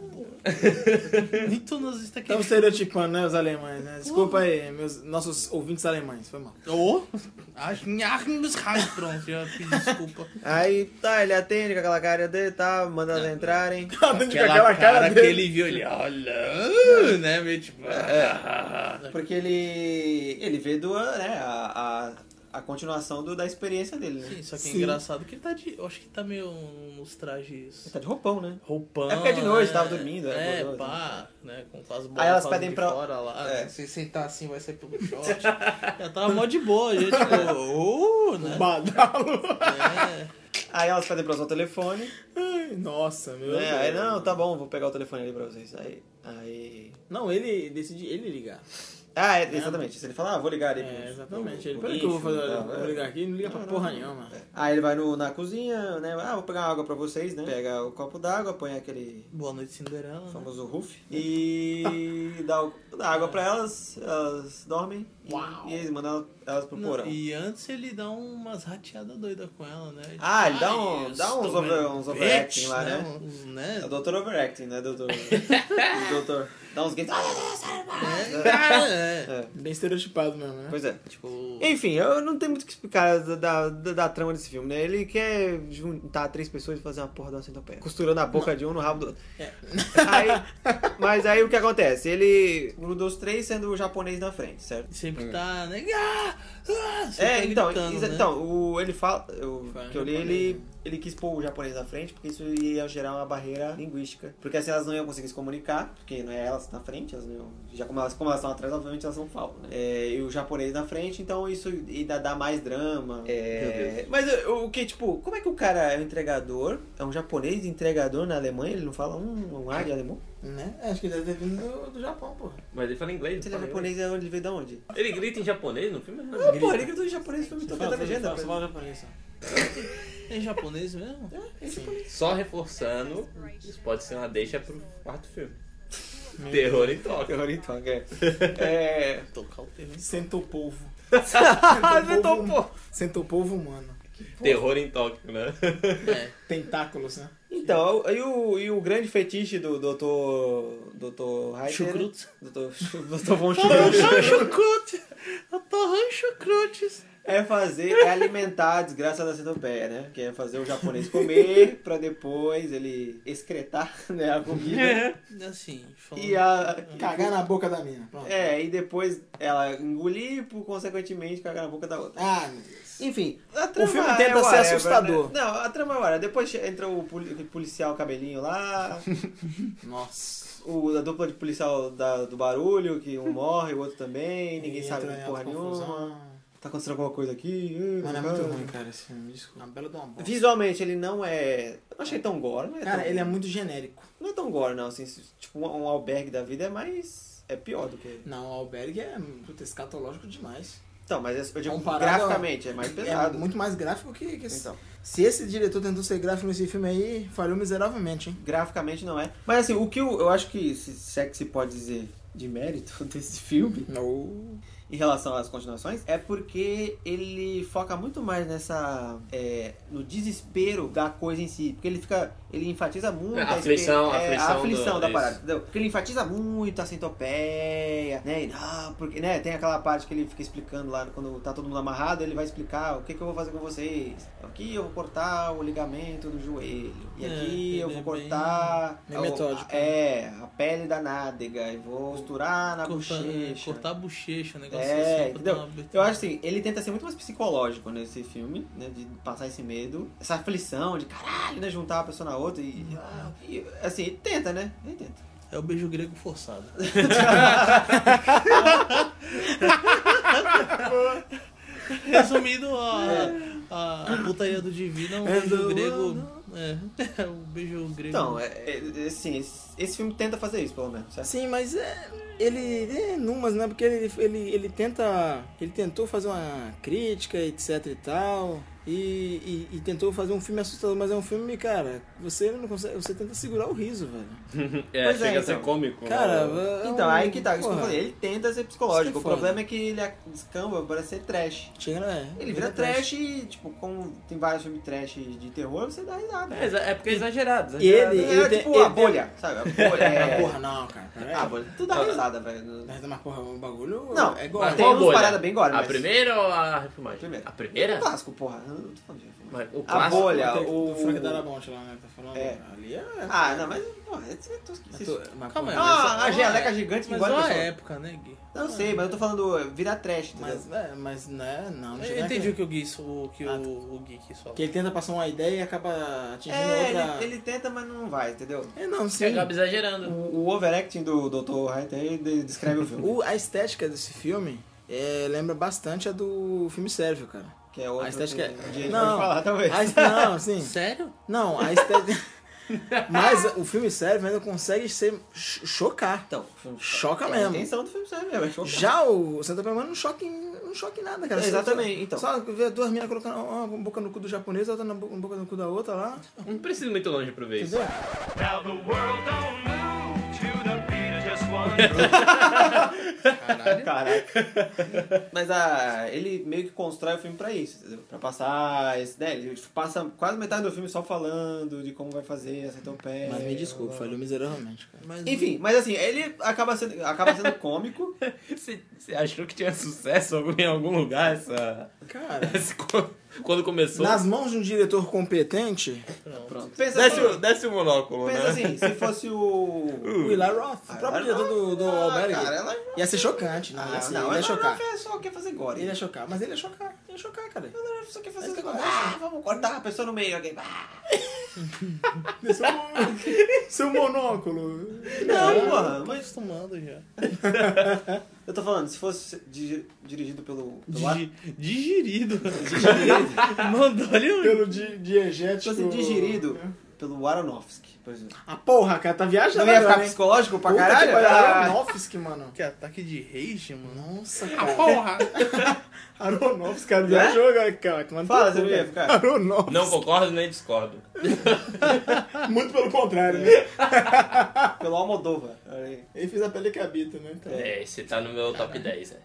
Speaker 7: Muito nazista aqui.
Speaker 6: Estamos estereotipando, né, os alemães, né? Desculpa aí, meus, nossos ouvintes alemães, foi mal.
Speaker 7: Ô! Acho que pronto, já pedi desculpa.
Speaker 5: Aí tá, ele atende com aquela cara dele, tá, manda
Speaker 6: É.
Speaker 5: elas entrarem.
Speaker 7: Aquela, cara, que ele viu ali, olha, né? Meio tipo. ah.
Speaker 5: Porque ele. ele vê duas, né? A, a, a continuação do, da experiência dele, né?
Speaker 7: Sim, só que é
Speaker 6: Sim.
Speaker 7: engraçado que ele tá de. Eu acho que tá meio nos trajes.
Speaker 5: Tá de roupão, né?
Speaker 7: Roupão.
Speaker 5: É porque é de noite, tava dormindo, é,
Speaker 7: É,
Speaker 5: botou,
Speaker 7: pá, né? Com as bolas.
Speaker 5: Aí elas
Speaker 7: fazendo
Speaker 5: pedem
Speaker 7: de
Speaker 5: pra-
Speaker 7: Fora lá,
Speaker 5: É.
Speaker 7: né, Se sentar assim vai ser pelo short. Ela tava mó de boa, gente. Tipo, ô, né?
Speaker 6: Badalo.
Speaker 7: É.
Speaker 5: Aí elas pedem pra usar o telefone.
Speaker 6: Ai, Nossa, meu
Speaker 7: É,
Speaker 5: né? Aí,
Speaker 6: Deus.
Speaker 5: não, tá bom, vou pegar o telefone ali pra vocês. Aí. Aí.
Speaker 6: Não, ele decide ele ligar.
Speaker 5: É, Ah, é, exatamente. Se ele fala, ah, vou ligar ali.
Speaker 6: É,
Speaker 5: pro-
Speaker 6: exatamente. Ele,
Speaker 7: Um
Speaker 5: pro
Speaker 6: peraí que eu vou
Speaker 5: guincho e
Speaker 6: fazer.
Speaker 5: tal,
Speaker 6: Vou
Speaker 5: é.
Speaker 6: ligar aqui, não liga pra porra nenhuma.
Speaker 5: Aí ele vai no- na cozinha, né? Ah, vou pegar uma água pra vocês, né? Pega o copo d'água, põe aquele
Speaker 7: Boa noite, Cinderela. né?
Speaker 5: famoso roof e dá, o- dá água pra elas, elas dormem e-
Speaker 6: Uau.
Speaker 5: e, eles mandam elas pro
Speaker 7: Não,
Speaker 5: porão.
Speaker 7: e antes ele dá umas rateadas doidas com ela, né?
Speaker 5: Ah, ele dá
Speaker 7: Ai,
Speaker 5: um- dá
Speaker 7: eu
Speaker 5: uns
Speaker 7: sou
Speaker 5: over-
Speaker 7: um
Speaker 5: uns overacting
Speaker 7: bitch,
Speaker 5: lá, né?
Speaker 7: Uns, né?
Speaker 5: É o doutor overacting, né, doutor? doutor. Dá uns gritos.
Speaker 7: É, é.
Speaker 6: Bem estereotipado mesmo, né?
Speaker 5: Pois é.
Speaker 7: Tipo,
Speaker 5: Enfim, eu não tenho muito o que explicar da, da, da- da trama desse filme, né? Ele quer juntar três pessoas e fazer uma porra de uma centopeia. Costurando a boca de um no rabo do outro. Aí- mas aí o que acontece? Ele grudou os três sendo o japonês na frente, certo?
Speaker 7: sempre tá, né? Ah, ah, sempre
Speaker 5: É,
Speaker 7: tá
Speaker 5: então,
Speaker 7: gritando,
Speaker 5: isso-
Speaker 7: né?
Speaker 5: então o, ele fala. Eu,
Speaker 6: Fala
Speaker 5: que eu li,
Speaker 6: japonês,
Speaker 5: ele, ele quis pôr o japonês na frente, porque isso ia gerar uma barreira linguística. Porque assim elas não iam conseguir se comunicar, porque não é elas na frente, elas não iam, Já como elas, como elas estão atrás, obviamente elas não falam, né? É, e o japonês na frente, então isso ainda dá mais drama. É, mas eu- o que, tipo, como é que o cara é um entregador? É um japonês entregador na Alemanha? Ele não fala um, um ar de alemão?
Speaker 6: Né? Acho que ele deve ter vindo do, do Japão, porra.
Speaker 8: Mas ele fala inglês.
Speaker 5: Se
Speaker 8: não
Speaker 5: ele é
Speaker 8: fala
Speaker 5: japonês, é onde ele veio da onde?
Speaker 8: inglês. Ele grita em japonês no filme?
Speaker 5: Ah, porra, ele gritou em japonês, foi tá me tocando a legenda.
Speaker 6: Só fala japonês, só.
Speaker 7: É japonês mesmo?
Speaker 8: Só reforçando, isso pode ser uma deixa pro quarto filme. Terror em Tóquio.
Speaker 5: Terror então, é. É.
Speaker 7: Tocar o terror.
Speaker 6: Sentou polvo.
Speaker 5: Inventou um
Speaker 6: polvo. Sentou polvo humano.
Speaker 8: Terror em Tóquio, né?
Speaker 6: Tentáculos, né?
Speaker 5: Então, e o, e o grande fetiche do Dr. Dr. Heider?
Speaker 7: Chucrute.
Speaker 5: Dr. Chu- Dr. Von Chucrute.
Speaker 7: Chucrute! Eu tô arranjo chucrutes.
Speaker 5: É fazer, é alimentar a desgraça da centopeia, né? Que é fazer o japonês comer pra depois ele excretar né, a comida.
Speaker 6: É.
Speaker 7: Assim, falando...
Speaker 5: E a.
Speaker 6: Cagar na boca da mina. Pronto.
Speaker 5: Uhum. É, e depois ela engolir e, por consequentemente, cagar na boca da outra.
Speaker 6: Ah, meu Deus.
Speaker 5: Enfim, a trama
Speaker 6: filme
Speaker 5: é
Speaker 6: tenta ser
Speaker 5: whatever,
Speaker 6: assustador.
Speaker 5: né? Não, a trama é hora. Depois che- entra o poli- policial cabelinho lá,
Speaker 6: Nossa.
Speaker 5: O, a dupla de policial da- do barulho, que um morre, o outro também, ninguém
Speaker 6: E
Speaker 5: sabe
Speaker 6: entra em
Speaker 5: porra
Speaker 6: alta
Speaker 5: nenhuma.
Speaker 6: confusão.
Speaker 5: Tá acontecendo alguma coisa aqui. eh,
Speaker 6: Mano, é
Speaker 5: cara.
Speaker 6: muito ruim, cara, esse filme. Desculpa. É Uma bela de uma bosta.
Speaker 5: Visualmente ele não é. Eu não achei tão gore, não é
Speaker 6: Cara,
Speaker 5: tão,
Speaker 6: ele é muito genérico.
Speaker 5: Não é tão gore, não. Assim, se- tipo, um, um albergue da vida é mais. É pior do que ele.
Speaker 6: Não, o albergue é puta, escatológico demais.
Speaker 5: Então, mas eu digo
Speaker 6: Comparado a-
Speaker 5: graficamente, é mais pesado.
Speaker 6: um É muito mais gráfico que, que esse.
Speaker 5: Então,
Speaker 6: Se esse diretor tentou ser gráfico nesse filme aí, falhou miseravelmente, hein?
Speaker 5: graficamente não é. Mas assim, o que eu, eu acho que se, se é que se pode dizer de mérito desse filme em relação às continuações é porque ele foca muito mais nessa é, no desespero da coisa em si porque ele fica ele enfatiza muito
Speaker 8: É, a
Speaker 5: espe-
Speaker 8: aflição- a
Speaker 5: é,
Speaker 8: aflição
Speaker 5: a aflição
Speaker 8: do-
Speaker 5: da
Speaker 8: isso.
Speaker 5: parada entendeu? porque ele enfatiza muito a centopeia né e, não, porque né tem aquela parte que ele fica explicando lá quando tá todo mundo amarrado ele vai explicar o que que eu vou fazer com vocês aqui eu vou cortar o ligamento do joelho e
Speaker 7: É,
Speaker 5: aqui eu
Speaker 7: ele
Speaker 5: vou
Speaker 7: é bem- né?
Speaker 5: cortar
Speaker 6: bem
Speaker 5: a-
Speaker 6: metódico.
Speaker 5: é a pele da nádega e vou costurar na
Speaker 7: Cortar, né,
Speaker 5: bochecha
Speaker 7: cortar a bochecha, um negócio
Speaker 5: é,
Speaker 7: assim. pra dar
Speaker 5: entendeu?
Speaker 7: uma abertura.
Speaker 5: Eu acho assim, ele tenta ser muito mais psicológico nesse filme, né? De passar esse medo, essa aflição de caralho, né? Juntar uma pessoa na outra e.
Speaker 6: Uhum.
Speaker 5: ah, e, assim, ele tenta, né? Ele tenta.
Speaker 7: É o beijo grego forçado. Resumindo,
Speaker 5: É.
Speaker 7: a, a, a putaria do divino é um beijo grego. É, é um beijo grego.
Speaker 5: Então, é, é, assim, esse, esse filme tenta fazer isso, pelo menos. Certo?
Speaker 6: Sim, mas é, ele é numas, né? Porque ele, ele, ele tenta. Ele tentou fazer uma crítica, etc e tal. E, e, e tentou fazer um filme assustador, mas é um filme, cara, você não consegue. Você tenta segurar o riso, velho.
Speaker 8: É,
Speaker 5: Pois é,
Speaker 8: chega a
Speaker 5: então.
Speaker 8: ser cômico.
Speaker 6: Cara,
Speaker 8: né?
Speaker 6: é um-
Speaker 5: Então, aí que tá, isso que eu
Speaker 6: porra,
Speaker 5: falei, ele tenta ser
Speaker 6: Isso que
Speaker 5: psicológico.
Speaker 6: é
Speaker 5: o
Speaker 6: foda.
Speaker 5: problema é que ele a- descamba para ser trash.
Speaker 6: Chega, é,
Speaker 5: Ele vira trash e, tipo, como tem vários filmes trash de terror, você dá risada.
Speaker 8: É, exa- é porque é exagerado.
Speaker 6: E
Speaker 8: exagerado.
Speaker 6: ele-
Speaker 5: É,
Speaker 6: ele tem-
Speaker 5: tipo
Speaker 6: ele
Speaker 5: a
Speaker 6: tem- um-
Speaker 5: bolha, sabe? A bolha.
Speaker 6: Ah,
Speaker 5: É,
Speaker 6: porra, não, cara. Peraí.
Speaker 5: a bolha. Tu
Speaker 6: Tá.
Speaker 5: dá risada, velho. é
Speaker 6: Mas, porra, o bagulho.
Speaker 5: Não,
Speaker 6: é
Speaker 8: Mas
Speaker 6: gore.
Speaker 5: tem
Speaker 8: qual
Speaker 5: umas
Speaker 8: bolha?
Speaker 5: paradas bem gore,
Speaker 8: A
Speaker 5: mas-
Speaker 8: primeira ou a refilmagem?
Speaker 5: Primeira.
Speaker 8: A primeira?
Speaker 5: clássico, porra. Eu não tô falando de filme.
Speaker 8: Mas o
Speaker 5: A
Speaker 8: clássico.
Speaker 5: bolha, né?
Speaker 6: Tem-
Speaker 5: o.
Speaker 6: Do Frank Darabont lá, né? que Tá falando.
Speaker 5: É.
Speaker 6: Ali é.
Speaker 5: Ah, não, mas. Porra, é tosco.
Speaker 6: Mas tu- mas,
Speaker 7: Calma
Speaker 6: porra,
Speaker 7: aí.
Speaker 5: Ah,
Speaker 7: mas-
Speaker 5: a geleca gigante que
Speaker 7: Mas
Speaker 5: engole a
Speaker 7: olha a
Speaker 5: pessoa.
Speaker 7: época, né, Gui?
Speaker 5: Não sei, mas eu tô falando é, vira trash, entendeu?
Speaker 6: Mas, é, mas né, não, não
Speaker 7: Eu
Speaker 6: chega
Speaker 7: entendi o
Speaker 6: naquele-
Speaker 7: que o Gui, o, que
Speaker 6: Ah,
Speaker 7: o, o Gui quis falar.
Speaker 6: Que ele tenta passar uma ideia e acaba atingindo
Speaker 5: É, ele,
Speaker 6: outra.
Speaker 5: ele tenta, mas não vai, entendeu?
Speaker 6: É, não, sim.
Speaker 8: Você acaba exagerando. né?
Speaker 5: O, o overacting do Dr. Hightail de- descreve o filme.
Speaker 6: O, a estética desse filme é, lembra bastante a do filme sérvio, cara.
Speaker 5: Que é ah, outro
Speaker 6: a estética
Speaker 5: que
Speaker 6: é-
Speaker 5: a gente
Speaker 6: Não.
Speaker 5: pode falar, talvez.
Speaker 6: A est- não, sim.
Speaker 7: Sério?
Speaker 6: Não, a estética. Mas o filme sério ainda consegue ser cho- chocar.
Speaker 5: Então, o filme-
Speaker 6: Choca
Speaker 5: é, A
Speaker 6: mesmo.
Speaker 5: intenção do filme sério mesmo, é chocante.
Speaker 6: Já o Santa Pé não choca em, não choca em nada, cara.
Speaker 5: É,
Speaker 6: Só-
Speaker 5: exatamente,
Speaker 6: só-
Speaker 5: então.
Speaker 6: Só ver duas meninas colocando uma boca no cu do japonês, outra na bo- uma boca no cu da outra lá.
Speaker 8: Não precisa ir muito longe pra ver isso.
Speaker 6: Entendeu?
Speaker 1: Now the world don't move to the beat of just one.
Speaker 5: Caraca. Mas a, ele meio que constrói o filme pra isso, entendeu? Pra passar. Esse, né, ele passa quase metade do filme só falando de como vai fazer a centopeia.
Speaker 6: Mas me desculpa, falhou miseravelmente, cara.
Speaker 5: Enfim, mas assim, ele acaba sendo, acaba sendo cômico.
Speaker 8: Você você achou que tinha sucesso em algum lugar essa.
Speaker 6: Cara,
Speaker 8: esse co- Quando começou.
Speaker 6: nas mãos de um diretor competente,
Speaker 5: Pensa,
Speaker 6: assim,
Speaker 8: Desce,
Speaker 5: só-
Speaker 8: o- desce o monóculo,
Speaker 5: pensa
Speaker 8: né?
Speaker 5: assim, se fosse o.
Speaker 6: o Eli Roth, o
Speaker 5: Eli
Speaker 6: próprio diretor do, do
Speaker 5: Uh. Ah,
Speaker 6: Albergue,
Speaker 5: cara, ela-
Speaker 6: ia ser chocante. Não,
Speaker 5: Ah,
Speaker 6: ia ser-
Speaker 5: não,
Speaker 6: ele ia
Speaker 5: ela-
Speaker 6: chocar.
Speaker 5: ela só quer fazer gore.
Speaker 6: Ele ia chocar, mas ele ia chocar, ele ia chocar, cara.
Speaker 5: Ela só quer fazer
Speaker 6: Mas que
Speaker 5: gore.
Speaker 6: acontece?
Speaker 5: Ah, vamos cortar a pessoa no meio, alguém. Ah.
Speaker 6: Seu, seu monóculo.
Speaker 5: Não, porra, mas
Speaker 7: Acostumado já.
Speaker 5: eu tô falando, se fosse di- dirigido pelo. pelo ator-
Speaker 7: Digi- digerido. Mandou ali um.
Speaker 6: Pelo di
Speaker 5: Se
Speaker 6: diegético.
Speaker 5: fosse digerido
Speaker 6: é.
Speaker 5: pelo Aronofsky, por exemplo.
Speaker 6: Ah, porra, cara, tá
Speaker 5: Não
Speaker 6: viajando
Speaker 5: ia
Speaker 6: agora,
Speaker 5: ficar
Speaker 6: hein?
Speaker 5: psicológico pra
Speaker 6: Puta
Speaker 5: caralho?
Speaker 6: que pariu,
Speaker 5: Ah,
Speaker 6: Aronofsky, mano.
Speaker 7: Que ataque de rage, mano.
Speaker 6: Nossa,
Speaker 7: Ah,
Speaker 6: cara.
Speaker 7: porra!
Speaker 6: Aronofsky, cara, viajou agora, cara. Mano,
Speaker 5: É? Fala, você não ia ficar?
Speaker 6: Aronofsky.
Speaker 8: Não concordo nem discordo.
Speaker 6: Muito pelo contrário,
Speaker 5: É.
Speaker 6: né?
Speaker 5: Pelo Almodóvar. Olha aí.
Speaker 6: Ele fez a pele cabita, né? Então,
Speaker 8: É, você tá no meu top 10, né?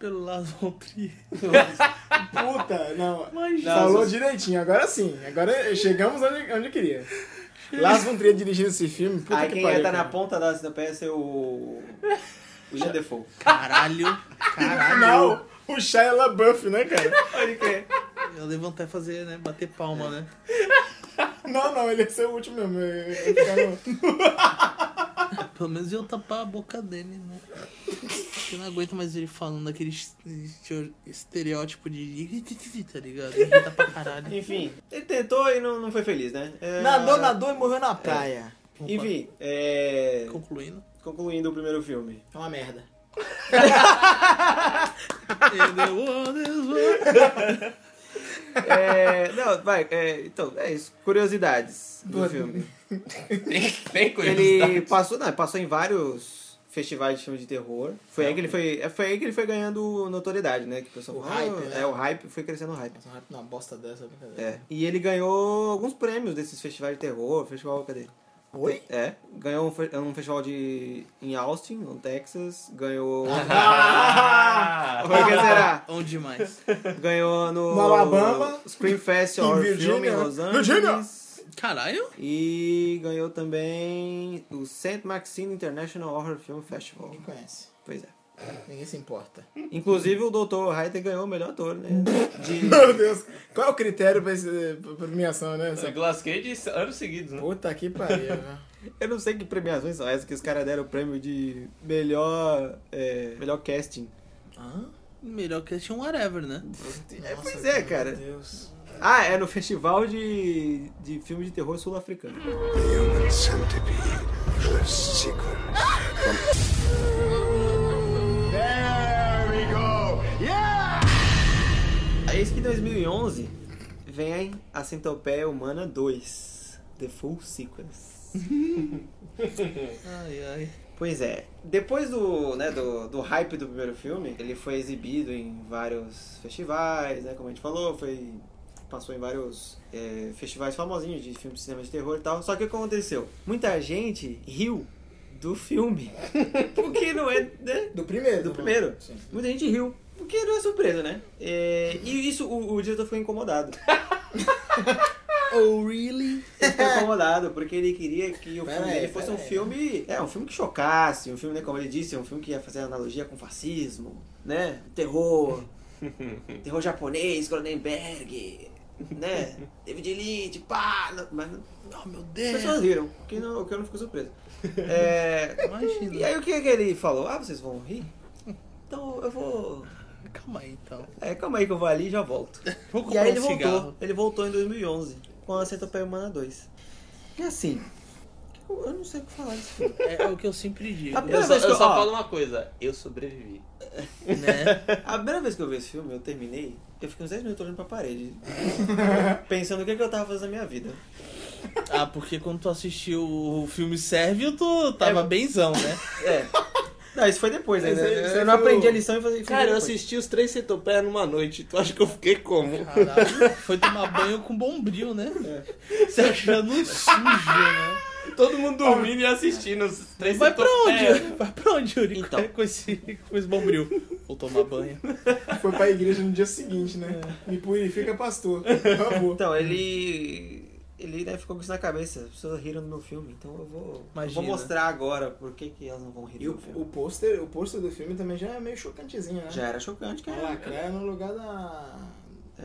Speaker 7: Pelo lado Valtri.
Speaker 6: Puta, não.
Speaker 7: Imagina.
Speaker 6: Falou direitinho, agora sim. Agora chegamos onde, onde queria. Lars von Trier dirigindo esse filme, puta
Speaker 5: Aí
Speaker 6: que
Speaker 5: quem ia
Speaker 6: pariu.
Speaker 5: estar na
Speaker 6: cara.
Speaker 5: ponta da da peça é o. William Defoe.
Speaker 7: Caralho. Caralho.
Speaker 6: Não, o Shia LaBeouf, né, cara?
Speaker 7: Eu levantar e fazer, né? Bater palma,
Speaker 5: É.
Speaker 7: né?
Speaker 6: Não, não, ele ia ser o último mesmo. eu- eu ia ficar no-
Speaker 7: Pelo menos eu tapar a boca dele, né? Eu não aguento mais ele falando daquele est- esteo- estereótipo de. tá ligado? Irrita pra caralho.
Speaker 5: Enfim, ele tentou e não, não foi feliz, né? É,
Speaker 6: Nadou, nadou e morreu na praia.
Speaker 5: Enfim, é,
Speaker 7: Concluindo.
Speaker 5: concluindo o primeiro filme.
Speaker 6: É uma merda.
Speaker 7: And the world is wide.
Speaker 5: É, não, vai, é, então, é isso. Curiosidades do
Speaker 6: Boa.
Speaker 5: filme.
Speaker 8: Tem
Speaker 5: Ele passou, não, passou em vários festivais de filme de terror. Foi aí que ele foi, é, foi aí que ele foi ganhando notoriedade, né? Que o pessoal
Speaker 6: O
Speaker 5: falou,
Speaker 6: hype,
Speaker 5: "Ah,
Speaker 6: né?
Speaker 5: É, o hype, foi crescendo o hype.
Speaker 6: Uma bosta dessa, brincadeira.
Speaker 5: É. E ele ganhou alguns prêmios desses festivais de terror, festival, cadê?
Speaker 6: Oi?
Speaker 5: É, ganhou um, fe- um festival de em Austin, no Texas, ganhou. um
Speaker 8: Ah!
Speaker 5: Foi que será?
Speaker 7: Onde mais?
Speaker 5: Ganhou no,
Speaker 6: é No Alabama.
Speaker 5: Scream Fest
Speaker 6: Em
Speaker 5: Horror
Speaker 6: Virgínia.
Speaker 5: Film em Los Angeles.
Speaker 6: Virgínia.
Speaker 7: Caralho?
Speaker 5: E ganhou também o St. Maxine International Horror Film Festival.
Speaker 6: Ninguém conhece.
Speaker 5: Pois é.
Speaker 6: Ninguém se importa.
Speaker 5: Inclusive o Dr. Reiter ganhou o melhor ator, né?
Speaker 6: Meu Deus, qual é o critério pra, esse, pra premiação, né? Essa...
Speaker 8: Glasquei de anos seguidos, né?
Speaker 6: Puta que pariu, né?
Speaker 5: Eu não sei que premiações são essas que os caras deram o prêmio de melhor, é, melhor casting.
Speaker 6: Hã?
Speaker 7: Melhor que tinha um whatever, né?
Speaker 5: É,
Speaker 6: Nossa,
Speaker 5: pois é,
Speaker 6: Meu
Speaker 5: cara.
Speaker 6: Deus.
Speaker 5: Ah, é no festival de, de filme de terror sul-africano.
Speaker 3: The Human Centipede, the sequel.
Speaker 5: Eis É que em 2011 vem a Centopeia Humana 2, The Full Sequence.
Speaker 7: Ai, ai.
Speaker 5: Pois é. Depois do, né, do, do hype do primeiro filme, ele foi exibido em vários festivais, né? Como a gente falou, foi passou em vários é, festivais famosinhos de filmes de cinema de terror e tal. Só que o que aconteceu? Muita gente riu do filme. Porque não é, né?
Speaker 6: Do primeiro?
Speaker 5: Do primeiro.
Speaker 6: Sim.
Speaker 5: Muita gente riu. Porque não é surpresa, né? É, e isso, o, o diretor ficou incomodado.
Speaker 7: Oh, really?
Speaker 5: Ele ficou incomodado, porque ele queria que o
Speaker 6: Pera
Speaker 5: filme
Speaker 6: aí,
Speaker 5: dele fosse
Speaker 6: pera
Speaker 5: um
Speaker 6: aí.
Speaker 5: filme. É, um filme que chocasse, um filme, né, como ele disse, um filme que ia fazer analogia com fascismo, né? Terror. terror japonês, Cronenberg, né? David Lynch, pá! não- Mas não-
Speaker 7: Oh, meu
Speaker 5: as
Speaker 7: Deus.
Speaker 5: pessoas riram, o que, não, o que eu não fico surpreso. É, e
Speaker 7: Imagina.
Speaker 5: aí o que, que ele falou? Ah, vocês vão rir? Então eu vou.
Speaker 7: Calma aí, então.
Speaker 5: É, calma aí que eu vou ali e já volto.
Speaker 7: Vou
Speaker 5: E
Speaker 7: comprar
Speaker 5: aí ele
Speaker 7: um
Speaker 5: voltou.
Speaker 7: cigarro.
Speaker 5: Ele voltou em 2011 com a Centopeia Humana 2. E assim, eu eu não sei o que falar desse filme.
Speaker 7: É, é o que eu sempre digo,
Speaker 5: A
Speaker 7: né?
Speaker 8: Eu
Speaker 5: primeira
Speaker 8: só,
Speaker 5: vez que
Speaker 8: eu
Speaker 5: eu,
Speaker 8: só
Speaker 5: ó,
Speaker 8: falo uma coisa. Eu sobrevivi.
Speaker 7: né?
Speaker 5: a primeira vez que eu vi esse filme, eu terminei, eu fiquei uns 10 minutos olhando pra parede, pensando o que, que eu tava fazendo na minha vida.
Speaker 7: Ah, porque quando tu assistiu o filme sérvio, tu tava
Speaker 5: É.
Speaker 7: benzão, né?
Speaker 5: É. Não, isso foi depois, né?
Speaker 8: Mas aí
Speaker 5: Eu
Speaker 8: você
Speaker 5: não
Speaker 8: foi
Speaker 5: aprendi
Speaker 8: o-
Speaker 5: a lição e fazia.
Speaker 8: Cara, eu assisti os três centopeias numa noite. Tu acha que eu fiquei como?
Speaker 7: Caralho, foi tomar banho com bombril, né? Se achando sujo, né?
Speaker 8: Todo mundo dormindo e assistindo os três
Speaker 7: Vai pra
Speaker 8: centopeias.
Speaker 7: onde? É, Vai pra onde, Yuri?
Speaker 5: Então.
Speaker 7: Com, esse, com esse bombril. Vou tomar banho.
Speaker 6: Foi pra igreja no dia seguinte, né? Me purifica, pastor. Por favor.
Speaker 5: Então, ele. Ele né, ficou com isso na cabeça. As pessoas riram do meu filme, então eu vou. Eu
Speaker 7: Imagina.
Speaker 5: vou mostrar agora por que, que elas não vão rir
Speaker 6: E
Speaker 5: do
Speaker 6: o,
Speaker 5: meu filme.
Speaker 6: o pôster o pôster do filme também já é meio chocantezinho, né?
Speaker 5: Já era chocante,
Speaker 6: É um
Speaker 5: cara.
Speaker 6: lacraia no lugar da.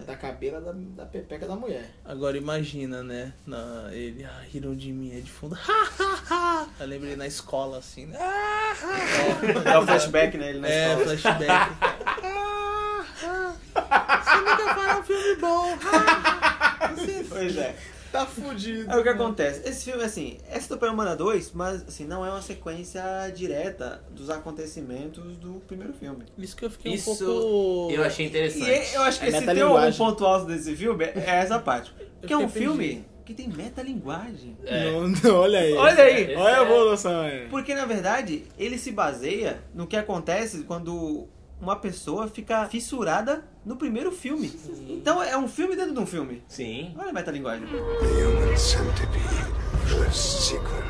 Speaker 6: Da cabeira da, da pepeca da mulher.
Speaker 7: Agora imagina, né? Na, ele, ah, riram de mim, é de fundo. Ha, ha, ha. Eu lembrei na escola, assim, né? Ah, ha,
Speaker 5: É o flashback, né? Ele na
Speaker 7: É,
Speaker 5: escola.
Speaker 7: flashback. Ah, ha. Você nunca fará um filme bom. Ha, ha. Você-
Speaker 5: Pois é.
Speaker 6: Tá fudido.
Speaker 5: Aí o que acontece? Esse filme, assim, é Super Humana 2, mas assim, não é uma sequência direta dos acontecimentos do primeiro filme.
Speaker 7: Isso que eu fiquei
Speaker 8: Isso
Speaker 7: um pouco...
Speaker 8: Eu achei interessante.
Speaker 5: E eu acho que
Speaker 6: É
Speaker 5: se tem algum
Speaker 6: metalinguagem.
Speaker 5: ponto alto desse filme, é essa parte. Porque é um
Speaker 7: fiquei
Speaker 5: filme que tem metalinguagem.
Speaker 8: É.
Speaker 6: Não, não, olha aí.
Speaker 5: Olha aí!
Speaker 8: Esse
Speaker 6: Olha a
Speaker 8: é-
Speaker 6: evolução aí.
Speaker 5: Porque na verdade, ele se baseia no que acontece quando uma pessoa fica fissurada no primeiro filme. Então é um filme dentro de um filme.
Speaker 8: Sim.
Speaker 5: Olha a metalinguagem.
Speaker 3: The human centipede. The sequel.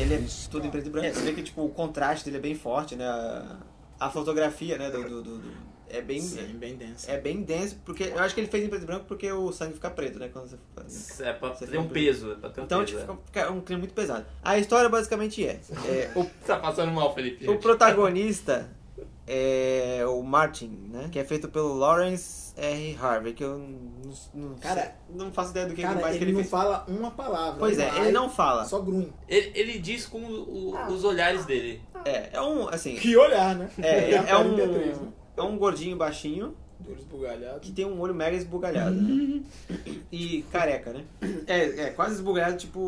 Speaker 5: Ele é todo em preto e branco. você vê que tipo, o contraste dele é bem forte, né? A, a fotografia, né? Do, do- do- do- é bem.
Speaker 6: Sim, bem denso.
Speaker 5: É bem denso, porque eu acho que ele fez em preto e branco porque o sangue fica preto, né? Quando você faz.
Speaker 8: É pra
Speaker 5: Você
Speaker 8: ter um
Speaker 5: tem-
Speaker 8: peso. É pra ter um
Speaker 5: Então
Speaker 8: peso.
Speaker 5: tipo, fica, fica um clima muito pesado. A história basicamente é. é, o,
Speaker 8: é. Tá passando mal, Felipe.
Speaker 5: o protagonista é o Martin, né? Que é feito pelo Lawrence R. Harvey, que eu não, não,
Speaker 6: Cara,
Speaker 5: não faço ideia do que
Speaker 6: Cara,
Speaker 5: mais
Speaker 6: ele,
Speaker 5: que ele
Speaker 6: não
Speaker 5: fez.
Speaker 6: fala uma palavra.
Speaker 5: Pois é,
Speaker 6: vai,
Speaker 5: ele não fala.
Speaker 6: Só grunhe.
Speaker 8: Ele, ele diz com o-
Speaker 5: Ah.
Speaker 8: os olhares dele.
Speaker 5: É, é um, assim,
Speaker 6: Que olhar, né?
Speaker 5: É, é, é um,
Speaker 6: 43, né?
Speaker 5: é um gordinho baixinho
Speaker 6: Dores
Speaker 5: que
Speaker 6: bugalhados.
Speaker 5: tem um olho mega esbugalhado. né? E careca, né? É, é quase esbugalhado, tipo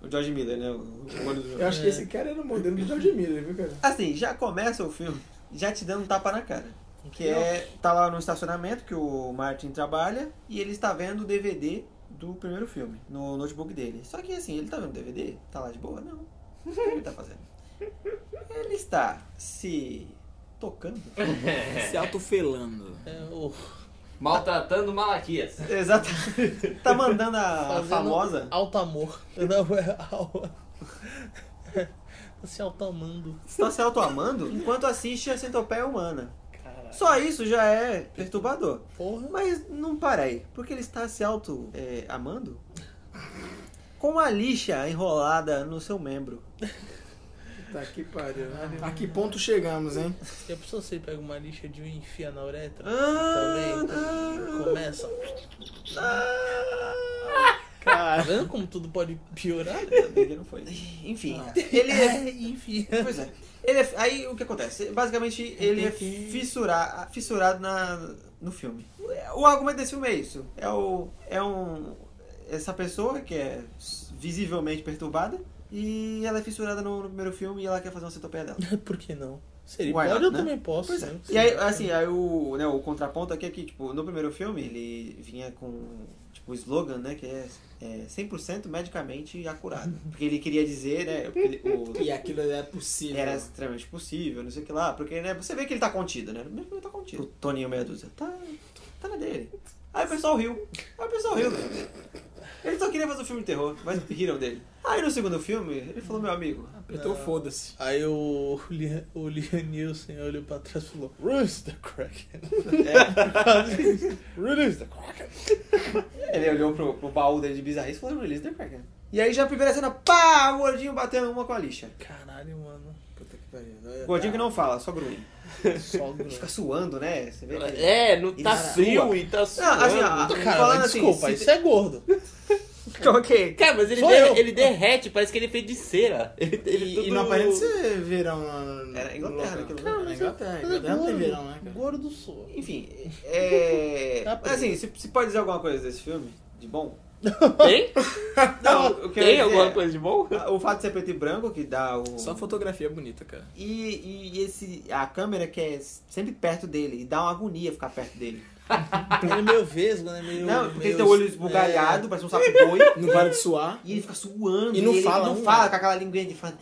Speaker 5: o George Miller, né? O, o olho do
Speaker 6: Eu acho que esse cara era o modelo do George Miller, viu, cara?
Speaker 5: Assim, já começa o filme já te dando um tapa na cara. Que é, tá lá no estacionamento que o Martin trabalha e ele está vendo o DVD do primeiro filme no notebook dele. Só que assim, ele tá vendo o DVD? Tá lá de boa? Não. O que ele tá fazendo? Ele está se tocando.
Speaker 8: É.
Speaker 6: Se autofelando.
Speaker 7: É, o-
Speaker 8: Maltratando Malaquias.
Speaker 5: Exato. Tá mandando a, a
Speaker 7: fazendo
Speaker 5: famosa.
Speaker 7: Alto amor. Não, é alto. Tá se altamando.
Speaker 5: Está Tá se autoamando enquanto assiste a centopeia humana. Só isso já é perturbador.
Speaker 7: Porra.
Speaker 5: Mas não para aí, porque ele está se auto é, amando com a lixa enrolada no seu membro.
Speaker 6: Tá que pariu. A que ponto chegamos, hein?
Speaker 7: E a pessoa se pega uma lixa de um e enfia na uretra
Speaker 5: Ah,
Speaker 7: também. Começa. Tá
Speaker 6: Cara.
Speaker 7: vendo como tudo pode piorar?
Speaker 5: Ainda bem que não foi. Enfim, ele é.
Speaker 7: É, enfia.
Speaker 5: Pois é. Ele é- aí o que acontece? Basicamente, ele é fissura- fissurado na, no filme. O argumento desse filme é isso. É, o, é um. Essa pessoa que é visivelmente perturbada e ela é fissurada no, no primeiro filme e ela quer fazer uma centopeia dela.
Speaker 7: Por que não? Se ele
Speaker 5: Why
Speaker 7: pode,
Speaker 5: not,
Speaker 7: eu
Speaker 5: né?
Speaker 7: também posso.
Speaker 5: Pois é.
Speaker 7: né?
Speaker 5: E aí, assim, aí o, né, o contraponto aqui é que, tipo, no primeiro filme ele vinha com tipo, o slogan, né, que é, é 100% medicamente acurado. Porque ele queria dizer, né, ele- o-
Speaker 6: E aquilo é possível.
Speaker 5: era extremamente possível, não sei o que lá. Porque, né, você vê que ele tá contido, né? Mesmo que ele tá contido. O Toninho Meia Dúzia, tá, tá na dele. Aí o pessoal riu. Aí o pessoal riu. dele. Ele só queria fazer um filme de terror, mas riram dele. Aí no segundo filme, ele falou, meu amigo,
Speaker 6: Apertou foda-se.
Speaker 7: Aí o Liam, o Liam Nielsen olhou pra trás e falou: Release the Kraken. É. Release the Kraken.
Speaker 5: Ele olhou pro, pro baú dele de bizarrice e falou, release the Kraken. E aí já a primeira cena, pá, o gordinho batendo uma com a lixa.
Speaker 7: Caralho, mano.
Speaker 6: Puta que
Speaker 7: né?
Speaker 6: pariu.
Speaker 5: O gordinho que não fala, só grunhe.
Speaker 7: Sogro.
Speaker 5: Fica suando, né? Você vê que...
Speaker 8: É, não tá
Speaker 5: Ele
Speaker 8: frio
Speaker 5: sua.
Speaker 8: e tá suando.
Speaker 5: Não, assim, ó,
Speaker 7: Caralho,
Speaker 5: falando assim...
Speaker 7: desculpa,
Speaker 5: se-
Speaker 7: isso é gordo.
Speaker 5: Ok.
Speaker 8: Cara, mas ele,
Speaker 7: Sou
Speaker 8: der-
Speaker 7: eu.
Speaker 8: ele derrete, parece que ele fez de cera. Ele, ele
Speaker 6: E,
Speaker 8: tudo-
Speaker 6: e não aparenta ser é verão lá no-
Speaker 5: Era Inglaterra,
Speaker 6: no local.
Speaker 5: aquilo, né?
Speaker 6: Era Inglaterra. Inglaterra não tem verão, né, cara?
Speaker 7: Gordo sou.
Speaker 5: Enfim, é...
Speaker 7: Tá preso.
Speaker 5: Assim, se, se pode dizer alguma coisa desse filme, de bom...
Speaker 8: Tem?
Speaker 5: Não, o que eu
Speaker 8: Tem
Speaker 5: ia
Speaker 8: alguma
Speaker 5: dizer- é,
Speaker 8: coisa de bom?
Speaker 5: O fato de ser preto e branco que dá o.
Speaker 6: Só fotografia bonita, cara.
Speaker 5: E, e- e esse, a câmera que é sempre perto dele, e dá uma agonia ficar perto dele.
Speaker 7: Ele é meio vesgo, né? Meio,
Speaker 5: Não, porque ele
Speaker 7: meio,
Speaker 5: tem o olho
Speaker 7: é,
Speaker 5: esbugalhado, parece um saco boi,
Speaker 6: Não para de suar.
Speaker 5: e ele fica suando.
Speaker 6: E não
Speaker 5: ele
Speaker 6: fala
Speaker 5: não
Speaker 6: um,
Speaker 5: fala
Speaker 6: né?
Speaker 5: com aquela linguinha de fã.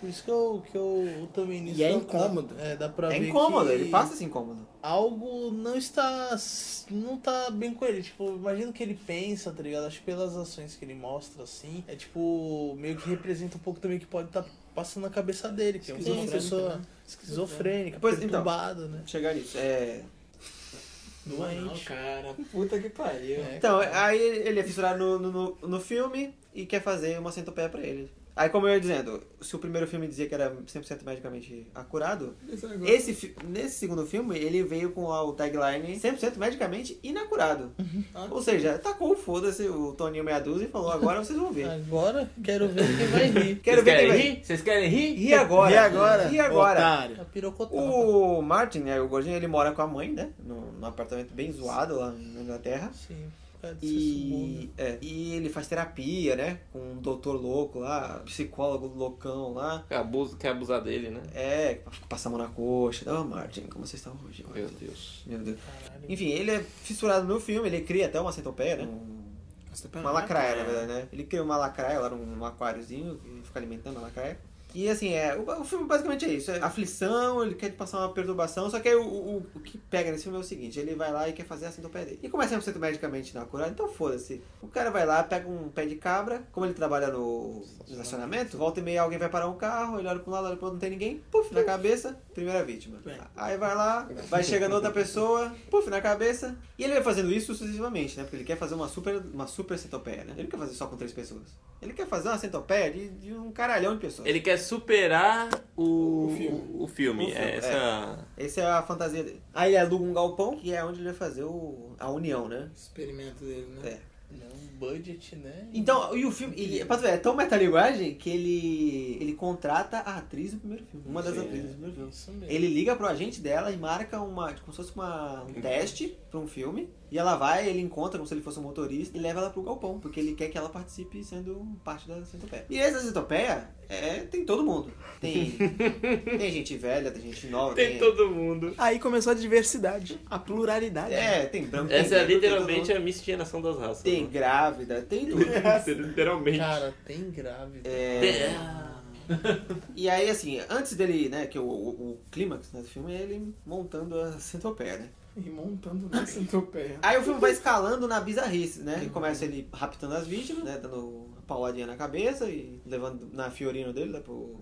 Speaker 7: por isso que eu, que eu, eu também nisso.
Speaker 6: E é
Speaker 7: dá-
Speaker 6: incômodo.
Speaker 7: dá- É, dá pra
Speaker 5: É
Speaker 7: ver
Speaker 5: incômodo,
Speaker 7: que
Speaker 5: ele passa assim incômodo.
Speaker 7: Algo não está. Não tá bem com ele. Tipo, imagino que ele pensa, tá ligado? Acho que pelas ações que ele mostra, assim. É tipo. Meio que representa um pouco também o que pode estar passando na cabeça dele. Que é uma
Speaker 6: Esquizofrênica,
Speaker 7: pessoa
Speaker 6: né?
Speaker 7: esquizofrênica,
Speaker 5: Pois, então.
Speaker 7: perturbada, né?
Speaker 5: Chegar nisso. É.
Speaker 6: Não, cara. Puta que pariu.
Speaker 7: É,
Speaker 5: Então, aí ele é fissurado no, no, no- no filme e quer fazer uma centopeia pra ele. Aí, como eu ia dizendo, se o primeiro filme dizia que era 100% medicamente acurado, esse, fi- nesse segundo filme ele veio com a- o tagline 100% medicamente inacurado. Ou seja, tacou o foda-se o Toninho Meia Dúzia e falou: agora vocês vão ver.
Speaker 7: Agora quero ver quem vai rir.
Speaker 5: Quero
Speaker 8: Vocês
Speaker 5: ver quem
Speaker 8: querem
Speaker 5: vai
Speaker 8: rir? Vocês querem rir?
Speaker 5: E agora?
Speaker 6: E agora?
Speaker 5: E agora?
Speaker 6: Otário.
Speaker 7: A pirocotapa.
Speaker 5: O Martin, né, o gordinho, ele mora com a mãe, né? Num, num apartamento bem zoado lá na Inglaterra.
Speaker 7: Sim, por
Speaker 5: é
Speaker 7: causa desse subúrbio.
Speaker 5: E, é, e ele faz terapia, né? Com um doutor louco lá, psicólogo loucão lá.
Speaker 8: Abuso, quer abusar dele, né?
Speaker 5: É, passa a mão na coxa. Ô, Martin, como vocês estão hoje?
Speaker 8: Meu Deus.
Speaker 5: Meu Deus.
Speaker 7: Caralho.
Speaker 5: Enfim, ele é fissurado no filme, ele cria até uma centopeia, né? Um- Uma lacraia, na verdade, né? Ele cria uma lacraia lá num aquáriozinho e fica alimentando a lacraia. E assim, é, o, o filme basicamente é isso. É aflição, ele quer te passar uma perturbação. Só que aí o, o, o que pega nesse filme é o seguinte: ele vai lá e quer fazer a centopeia dele. E como é 100% medicamente na cura, então foda-se. O cara vai lá, pega um pé de cabra. Como ele trabalha no estacionamento, volta e meia alguém vai parar um carro, ele olha pra um lado, olha pro outro, não tem ninguém. Puf, É. na cabeça, primeira vítima.
Speaker 6: Bem.
Speaker 5: Aí vai lá, vai chegando outra pessoa, puf, na cabeça. E ele vai fazendo isso sucessivamente, né? Porque ele quer fazer uma super, uma super centopeia, né? Ele não quer fazer só com três pessoas. Ele quer fazer uma centopeia de, de um caralhão de pessoas.
Speaker 8: Ele quer superar o, o filme.
Speaker 5: O filme,
Speaker 8: é, essa.
Speaker 5: Essa é a fantasia dele. Aí ele aluga um galpão, que é onde ele vai fazer o, a união, né?
Speaker 6: Experimento dele, né?
Speaker 5: É.
Speaker 7: Ele é um budget, né?
Speaker 5: Então, e o filme. E, pra tu ver, é tão metalinguagem que ele. ele contrata a atriz do primeiro filme. Uma das atrizes do primeiro filme.
Speaker 7: Isso mesmo.
Speaker 5: Ele liga pro agente dela e marca uma. como se fosse uma,
Speaker 7: Uhum.
Speaker 5: um teste pra um filme. E ela vai, ele encontra como se ele fosse um motorista e leva ela pro galpão, porque ele quer que ela participe sendo parte da centopeia. E essa centopeia é, tem todo mundo. Tem. tem gente velha, tem gente nova,
Speaker 8: Tem
Speaker 5: tem.
Speaker 8: todo mundo.
Speaker 6: Aí começou a diversidade, a pluralidade.
Speaker 5: É, tem branco.
Speaker 8: Essa
Speaker 5: tem
Speaker 8: é
Speaker 5: negro, tem todo
Speaker 8: literalmente
Speaker 5: mundo.
Speaker 8: a miscigenação das raças.
Speaker 5: Tem
Speaker 8: né?
Speaker 5: grávida, tem tudo.
Speaker 8: literalmente.
Speaker 7: Cara, tem grávida.
Speaker 5: É, E aí, assim, antes dele, né, que o, o, o clímax né, do filme é ele montando a centopeia, né?
Speaker 6: E montando na centopeia.
Speaker 5: Aí o filme vai escalando na bizarrice, né? Que começa ele raptando as vítimas, né? Dando uma pauladinha na cabeça e levando na fiorina dele lá pro,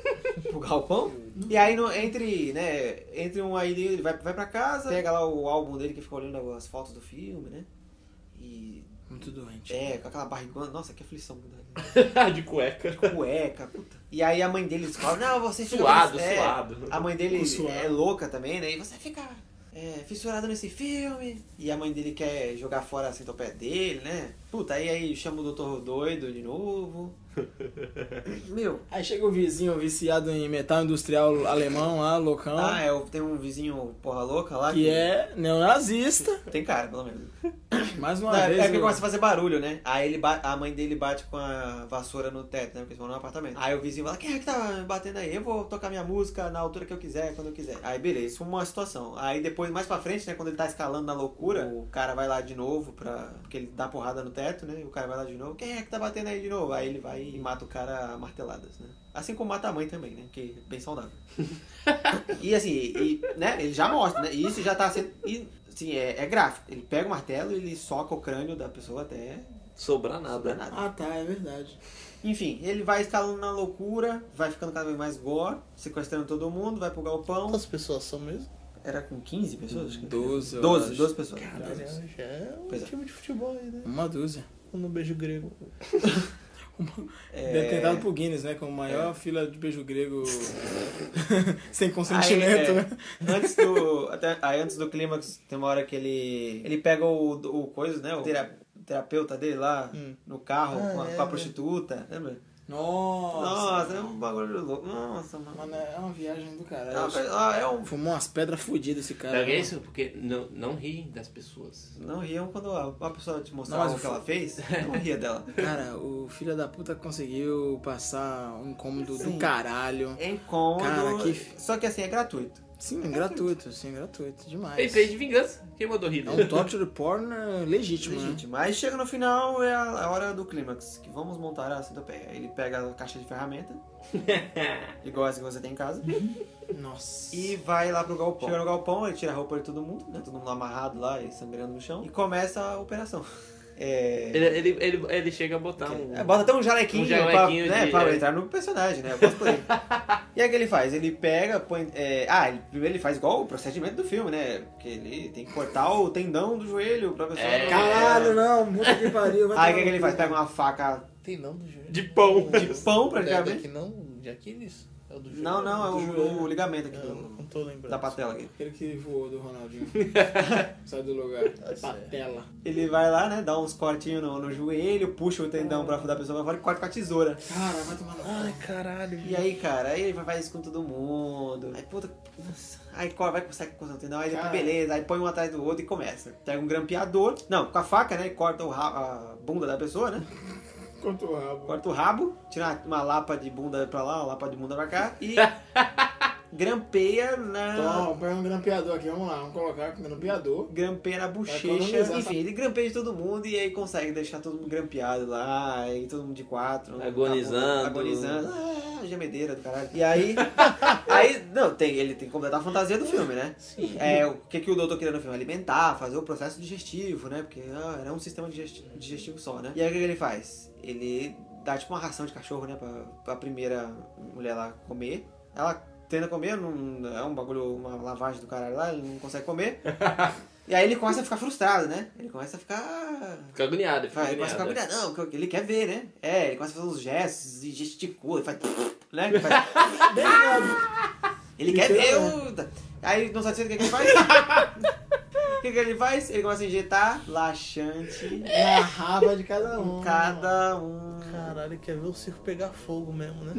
Speaker 5: pro galpão. E aí no- entre, né? Entre um aí ele vai, vai pra casa, pega lá o álbum dele que fica olhando as fotos do filme, né? E.
Speaker 6: Muito doente.
Speaker 5: É, com aquela barrigona. Nossa, que aflição que dá. né?
Speaker 8: de cueca.
Speaker 5: Cueca, puta. E aí a mãe dele descobre, não, você fica.
Speaker 8: Suado,
Speaker 5: é,
Speaker 8: suado.
Speaker 5: a mãe dele
Speaker 6: Ficou suado.
Speaker 5: é louca também, né? E você fica é, fissurado nesse filme. E a mãe dele quer jogar fora a centopeia dele, né? Puta, aí, aí chama o doutor doido de novo. Meu.
Speaker 6: Aí chega o vizinho viciado em metal industrial alemão lá, loucão.
Speaker 5: Ah, é, tem um vizinho porra louca lá
Speaker 6: Que é neonazista.
Speaker 5: Tem cara, pelo menos.
Speaker 6: Mais uma
Speaker 5: Não, é
Speaker 6: vez.
Speaker 5: porque
Speaker 6: eu-
Speaker 5: começa a fazer barulho, né? Aí ele ba- a mãe dele bate com a vassoura no teto, né? Porque eles moram num apartamento. Aí o vizinho fala, quem é que tá batendo aí? Eu vou tocar minha música na altura que eu quiser, quando eu quiser. Aí beleza, isso é uma situação. Aí depois, mais pra frente, né? Quando ele tá escalando na loucura, o cara vai lá de novo pra... Porque ele dá porrada no teto, né? E o cara vai lá de novo, quem é que tá batendo aí de novo? Aí ele vai e mata o cara a marteladas, né? Assim como mata a mãe também, né? Porque é bem saudável. E assim, e, né, ele já mostra, né? E isso já tá sendo. E, assim, é, é gráfico. Ele pega o martelo e ele soca o crânio da pessoa até
Speaker 8: Sobrar
Speaker 5: não
Speaker 8: nada.
Speaker 5: sobrar nada. né?
Speaker 6: Ah, tá, é verdade.
Speaker 5: Enfim, ele vai escalando na loucura, vai ficando cada vez mais gore, sequestrando todo mundo, vai pro galpão.
Speaker 7: Quantas pessoas são mesmo?
Speaker 5: Era com 15 pessoas? Acho que era.
Speaker 6: 12, eu
Speaker 5: 12,
Speaker 6: acho.
Speaker 5: 12 pessoas.
Speaker 7: Caralho, já é um
Speaker 5: Pois é.
Speaker 7: time de futebol aí, né?
Speaker 6: Uma dúzia.
Speaker 7: No beijo grego.
Speaker 5: É,
Speaker 6: Detentado por Guinness, né? Como maior fila de beijo grego sem
Speaker 5: Aí,
Speaker 6: consentimento,
Speaker 5: é,
Speaker 6: né?
Speaker 5: antes do até, aí antes do clímax tem uma hora que ele ele pega o, o coisa né o tera- terapeuta dele lá no carro
Speaker 7: Ah,
Speaker 5: com, a,
Speaker 7: é,
Speaker 5: com a
Speaker 7: né?
Speaker 5: prostituta lembra
Speaker 6: Nossa.
Speaker 5: Nossa, é um bagulho louco. Nossa, mano.
Speaker 6: Mano, é uma viagem do caralho.
Speaker 5: Ah, mas- ah, é um...
Speaker 6: Fumou umas pedras fodidas esse cara.
Speaker 8: Sabe o que é
Speaker 6: né?
Speaker 8: isso? Porque não, não ri das pessoas.
Speaker 5: Não riam quando a, a pessoa te mostrava
Speaker 6: Não, mas
Speaker 5: o que
Speaker 6: o-
Speaker 5: ela fez, não ria dela.
Speaker 6: Cara, o filho da puta conseguiu passar um cômodo do
Speaker 5: Sim.
Speaker 6: caralho.
Speaker 5: É incômodo.
Speaker 6: Cara, que-
Speaker 5: Só que assim, é gratuito.
Speaker 6: Sim, gratuito, sim, gratuito
Speaker 8: Tem
Speaker 6: demais.
Speaker 8: peito de vingança. Quem mandou rir?
Speaker 6: É um torture porn eh, legítimo, né?
Speaker 5: Legítimo. Aí chega no final, é a, a hora do clímax, que vamos montar a centopeia. Ele pega a caixa de ferramenta, igual as que você tem em casa,
Speaker 6: Nossa.
Speaker 5: e vai lá pro galpão. Uhum. Chega no galpão, ele tira a roupa de todo mundo, né? Todo mundo amarrado lá e sangrando no chão. E começa a operação. É...
Speaker 8: Ele, ele, ele, ele chega a botar um.
Speaker 5: É, bota até um jalequinho,
Speaker 8: Um jalequinho
Speaker 5: pra, né,
Speaker 8: de-
Speaker 5: pra
Speaker 8: é.
Speaker 5: entrar no personagem, né? Eu gosto dele. e aí o que ele faz? Ele pega, põe. é, ah, ele, primeiro ele faz igual o procedimento do filme, né? Porque ele tem que cortar o tendão do joelho pra pessoa.
Speaker 8: É.
Speaker 6: Caralho, não, puta que pariu. vai
Speaker 5: Aí o
Speaker 6: tomar
Speaker 5: que, que ele
Speaker 6: no
Speaker 5: faz? Tá-
Speaker 6: cu.
Speaker 5: Pega uma faca
Speaker 7: Tem não do joelho.
Speaker 8: De pão.
Speaker 5: de pão
Speaker 7: É
Speaker 5: praticamente.
Speaker 7: daqui não? De Aquiles? É o do joelho?
Speaker 5: Não, não, é
Speaker 7: Do joelho.
Speaker 5: o, o ligamento aqui
Speaker 7: É, eu
Speaker 5: do,
Speaker 7: não tô lembrando.
Speaker 5: da patela aqui.
Speaker 6: Aquele que voou do Ronaldinho. Sai do lugar.
Speaker 7: é.
Speaker 6: Patela.
Speaker 5: Ele vai lá, né? Dá uns cortinhos no, no joelho, puxa o tendão pra da pessoa pra fora e corta com a tesoura.
Speaker 6: Cara, vai tomar no
Speaker 7: Ai, caralho.
Speaker 5: E aí, cara, aí ele vai fazer isso com todo mundo. Aí, puta, nossa. Aí corta, vai consegue cortar o tendão, aí
Speaker 6: Cara.
Speaker 5: beleza, aí põe um atrás do outro e começa. Pega um grampeador, não, com a faca, né? e Corta o ra- a bunda da pessoa, né?
Speaker 6: Quanto o rabo.
Speaker 5: Corta o rabo, tira uma- uma lapa de bunda pra lá, uma lapa de bunda pra cá e grampeia na.
Speaker 6: Toma, põe um grampeador aqui, vamos lá. Vamos colocar com grampeador.
Speaker 5: Grampeia na bochecha,
Speaker 6: economizar.
Speaker 5: enfim, ele grampeia de todo mundo e aí consegue deixar todo mundo grampeado lá, e todo mundo de quatro. né,
Speaker 8: Agonizando.
Speaker 5: tá bom, Agonizando. Ah, gemedeira do caralho. E aí, aí, não, tem, ele tem que completar a fantasia do filme, né? Sim. É, o que, que o doutor queria no filme? Alimentar, fazer o processo digestivo, né? Porque ah, era um sistema digesti- digestivo só, né? E aí o que, que ele faz? Ele dá tipo uma ração de cachorro, né, pra, pra primeira mulher lá comer. Ela tenta comer, não, é um bagulho, uma lavagem do caralho lá, ele não consegue comer. E aí ele começa a ficar frustrado, né? Ele começa a ficar.
Speaker 8: Fica agoniado. Fica
Speaker 5: Vai, ele começa a ficar
Speaker 8: agoniado.
Speaker 5: agoniado. Não, porque ele quer ver, né? É, ele começa a fazer uns gestos e gesticula, ele faz. né? Ele, faz- ele quer ver o. Aí não satisfeito o que, que ele faz? O que, que ele faz? Ele começa a injetar laxante
Speaker 6: Na raba de cada um.
Speaker 5: em cada um.
Speaker 7: Caralho, quer ver o circo pegar fogo mesmo, né?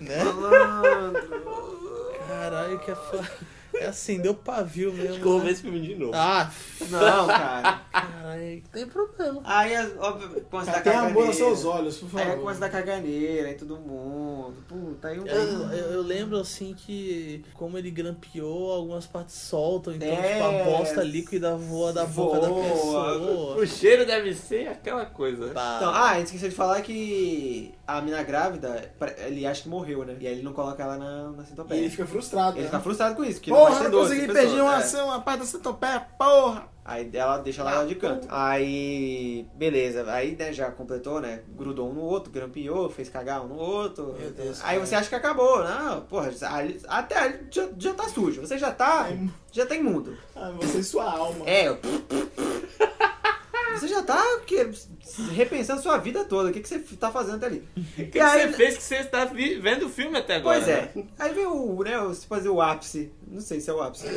Speaker 7: né?
Speaker 5: Malandro.
Speaker 7: Caralho, que é, fa- é acender o pavio mesmo.
Speaker 8: Acho que eu vou ver
Speaker 7: né?
Speaker 8: esse filme de novo.
Speaker 5: Tá.
Speaker 7: Ah,
Speaker 5: Não, cara.
Speaker 7: caralho, tem problema.
Speaker 5: Aí, as- óbvio, começa a dar
Speaker 6: Tem amor
Speaker 5: caganeira.
Speaker 6: aos seus olhos, por
Speaker 5: Aí
Speaker 6: favor.
Speaker 5: começa a dar caganeira em todo mundo. Puta, aí um.
Speaker 7: Eu, eu- eu lembro assim que como ele grampeou, algumas partes soltam, então
Speaker 5: É.
Speaker 7: tipo, a bosta líquida voa da boca da
Speaker 5: Voa.
Speaker 7: pessoa.
Speaker 8: O cheiro deve ser aquela coisa.
Speaker 7: Tá.
Speaker 5: Então, ah, ele esqueceu de falar que a mina grávida, pra- ele acha que morreu, né? E aí ele não coloca ela na, na
Speaker 6: E
Speaker 5: centopeia.
Speaker 6: ele fica frustrado.
Speaker 5: Ele
Speaker 6: né?
Speaker 5: tá frustrado com isso, porque não vai
Speaker 6: Porra,
Speaker 5: ser
Speaker 6: não
Speaker 5: doce.
Speaker 6: consegui,
Speaker 5: pessoas,
Speaker 6: perdi uma
Speaker 5: é.
Speaker 6: ação, a parte da centopeia, porra! Ah,
Speaker 5: Aí ela deixa ela lá de canto. Aí, beleza. Aí, né, já completou, né? Grudou um no outro, grampeou, fez cagar um no outro.
Speaker 6: Meu Deus,
Speaker 5: aí
Speaker 6: cara.
Speaker 5: você acha que acabou, não? Porra, ali- até ali já, já tá sujo. Você já tá. Já tá imundo.
Speaker 6: Ah, você e sua alma.
Speaker 5: É. eu- Você já tá que, repensando sua vida toda. O que, que você tá fazendo até ali?
Speaker 8: O que, que
Speaker 5: E aí-
Speaker 8: você fez que você está vi- vendo o filme até agora?
Speaker 5: Pois é. Aí vem o, né, o- se fazer o ápice. Não sei se é o ápice. O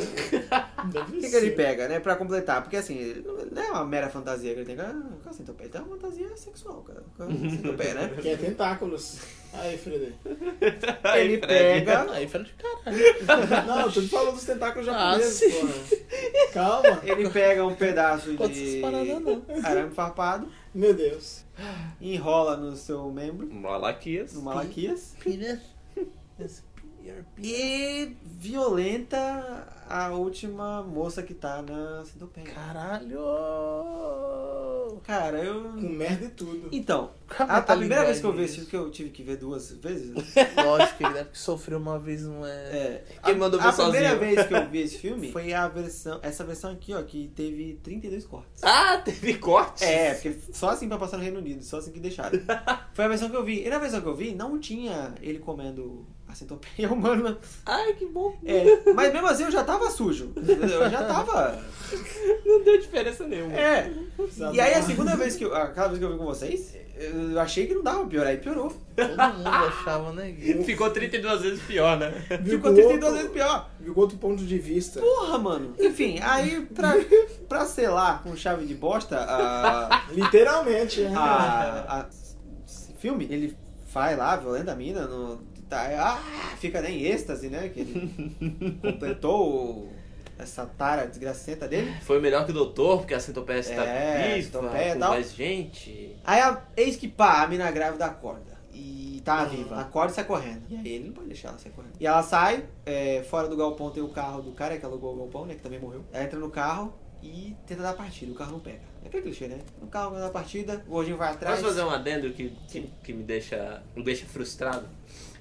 Speaker 6: Deve
Speaker 5: que, que
Speaker 6: ser.
Speaker 5: ele pega, né? Pra completar. Porque assim, ele não não é uma mera fantasia que ele tem. Ah, com a centopeia. Ele tem uma fantasia sexual, cara. Com a centopeia, né?
Speaker 6: Que é tentáculos. Aí, Freddy.
Speaker 5: Ele pega.
Speaker 7: Aí fera de caralho.
Speaker 6: Não, tu falou dos tentáculos
Speaker 7: Ah,
Speaker 6: japoneses,
Speaker 7: sim.
Speaker 6: porra. Calma.
Speaker 5: Ele pega um pedaço
Speaker 7: Pode essas
Speaker 5: de
Speaker 7: paradas, não.
Speaker 5: arame farpado,
Speaker 6: Meu Deus.
Speaker 5: enrola no seu membro,
Speaker 8: Malaquias.
Speaker 5: no malaquias,
Speaker 7: Pira. Esse pira, pira.
Speaker 5: e violenta a última moça que tá na centopeia.
Speaker 7: Caralho!
Speaker 5: Cara, eu.
Speaker 6: Com merda e tudo.
Speaker 5: Então,
Speaker 7: Qual
Speaker 5: a, a
Speaker 8: tá
Speaker 5: primeira
Speaker 7: metalinguagem
Speaker 5: vez que eu vi esse
Speaker 7: isso?
Speaker 5: filme, que eu tive que ver duas vezes,
Speaker 7: Lógico que ele deve sofrer uma vez, não é?
Speaker 5: É.
Speaker 8: Quem
Speaker 5: a,
Speaker 8: mandou ver
Speaker 5: a primeira
Speaker 8: sozinho?
Speaker 5: vez que eu vi esse filme foi a versão, essa versão aqui, ó, que teve 32 cortes.
Speaker 8: Ah, teve corte?
Speaker 5: É, porque só assim pra passar no Reino Unido, só assim que deixaram. Foi a versão que eu vi. E na versão que eu vi, não tinha ele comendo a centopeia humana.
Speaker 8: Ai, que bom.
Speaker 5: É, mas mesmo assim eu já tava sujo. Eu já tava.
Speaker 8: Não deu diferença nenhuma.
Speaker 5: É. E aí a segunda vez que eu. Aquela vez que eu vi com vocês, eu achei que não dava pra piorar, aí piorou.
Speaker 7: Todo mundo achava, né? Gui?
Speaker 8: Ficou 32 vezes pior, né?
Speaker 6: Viu
Speaker 5: Ficou
Speaker 6: com
Speaker 5: 32
Speaker 6: outro-
Speaker 5: vezes pior.
Speaker 6: Viu com outro ponto de vista.
Speaker 5: Porra, mano. Enfim, aí pra, pra selar com chave de bosta a.
Speaker 6: Literalmente, né?
Speaker 5: Ah, a, a- esse filme, ele vai lá, violenta a mina, no, tá, ah, fica né, em êxtase, né? Que ele completou o- essa tara desgracenta dele.
Speaker 8: Foi melhor que o doutor, porque a centopeia está
Speaker 5: É,
Speaker 8: viva,
Speaker 5: centopeia e
Speaker 8: com
Speaker 5: tal.
Speaker 8: mais gente.
Speaker 5: Aí a, eis que pá, a mina grávida acorda. E tá viva. Acorda e sai correndo. E aí ele não pode deixar ela sair correndo. E ela sai, é, fora do galpão tem o carro do cara que alugou o galpão, né? Que também morreu. Ela entra no carro e tenta dar partida. O carro não pega. É aquele clichê, né? O carro dá partida, o gordinho vai atrás.
Speaker 8: Posso fazer um adendo que, que, que me, deixa, me deixa frustrado?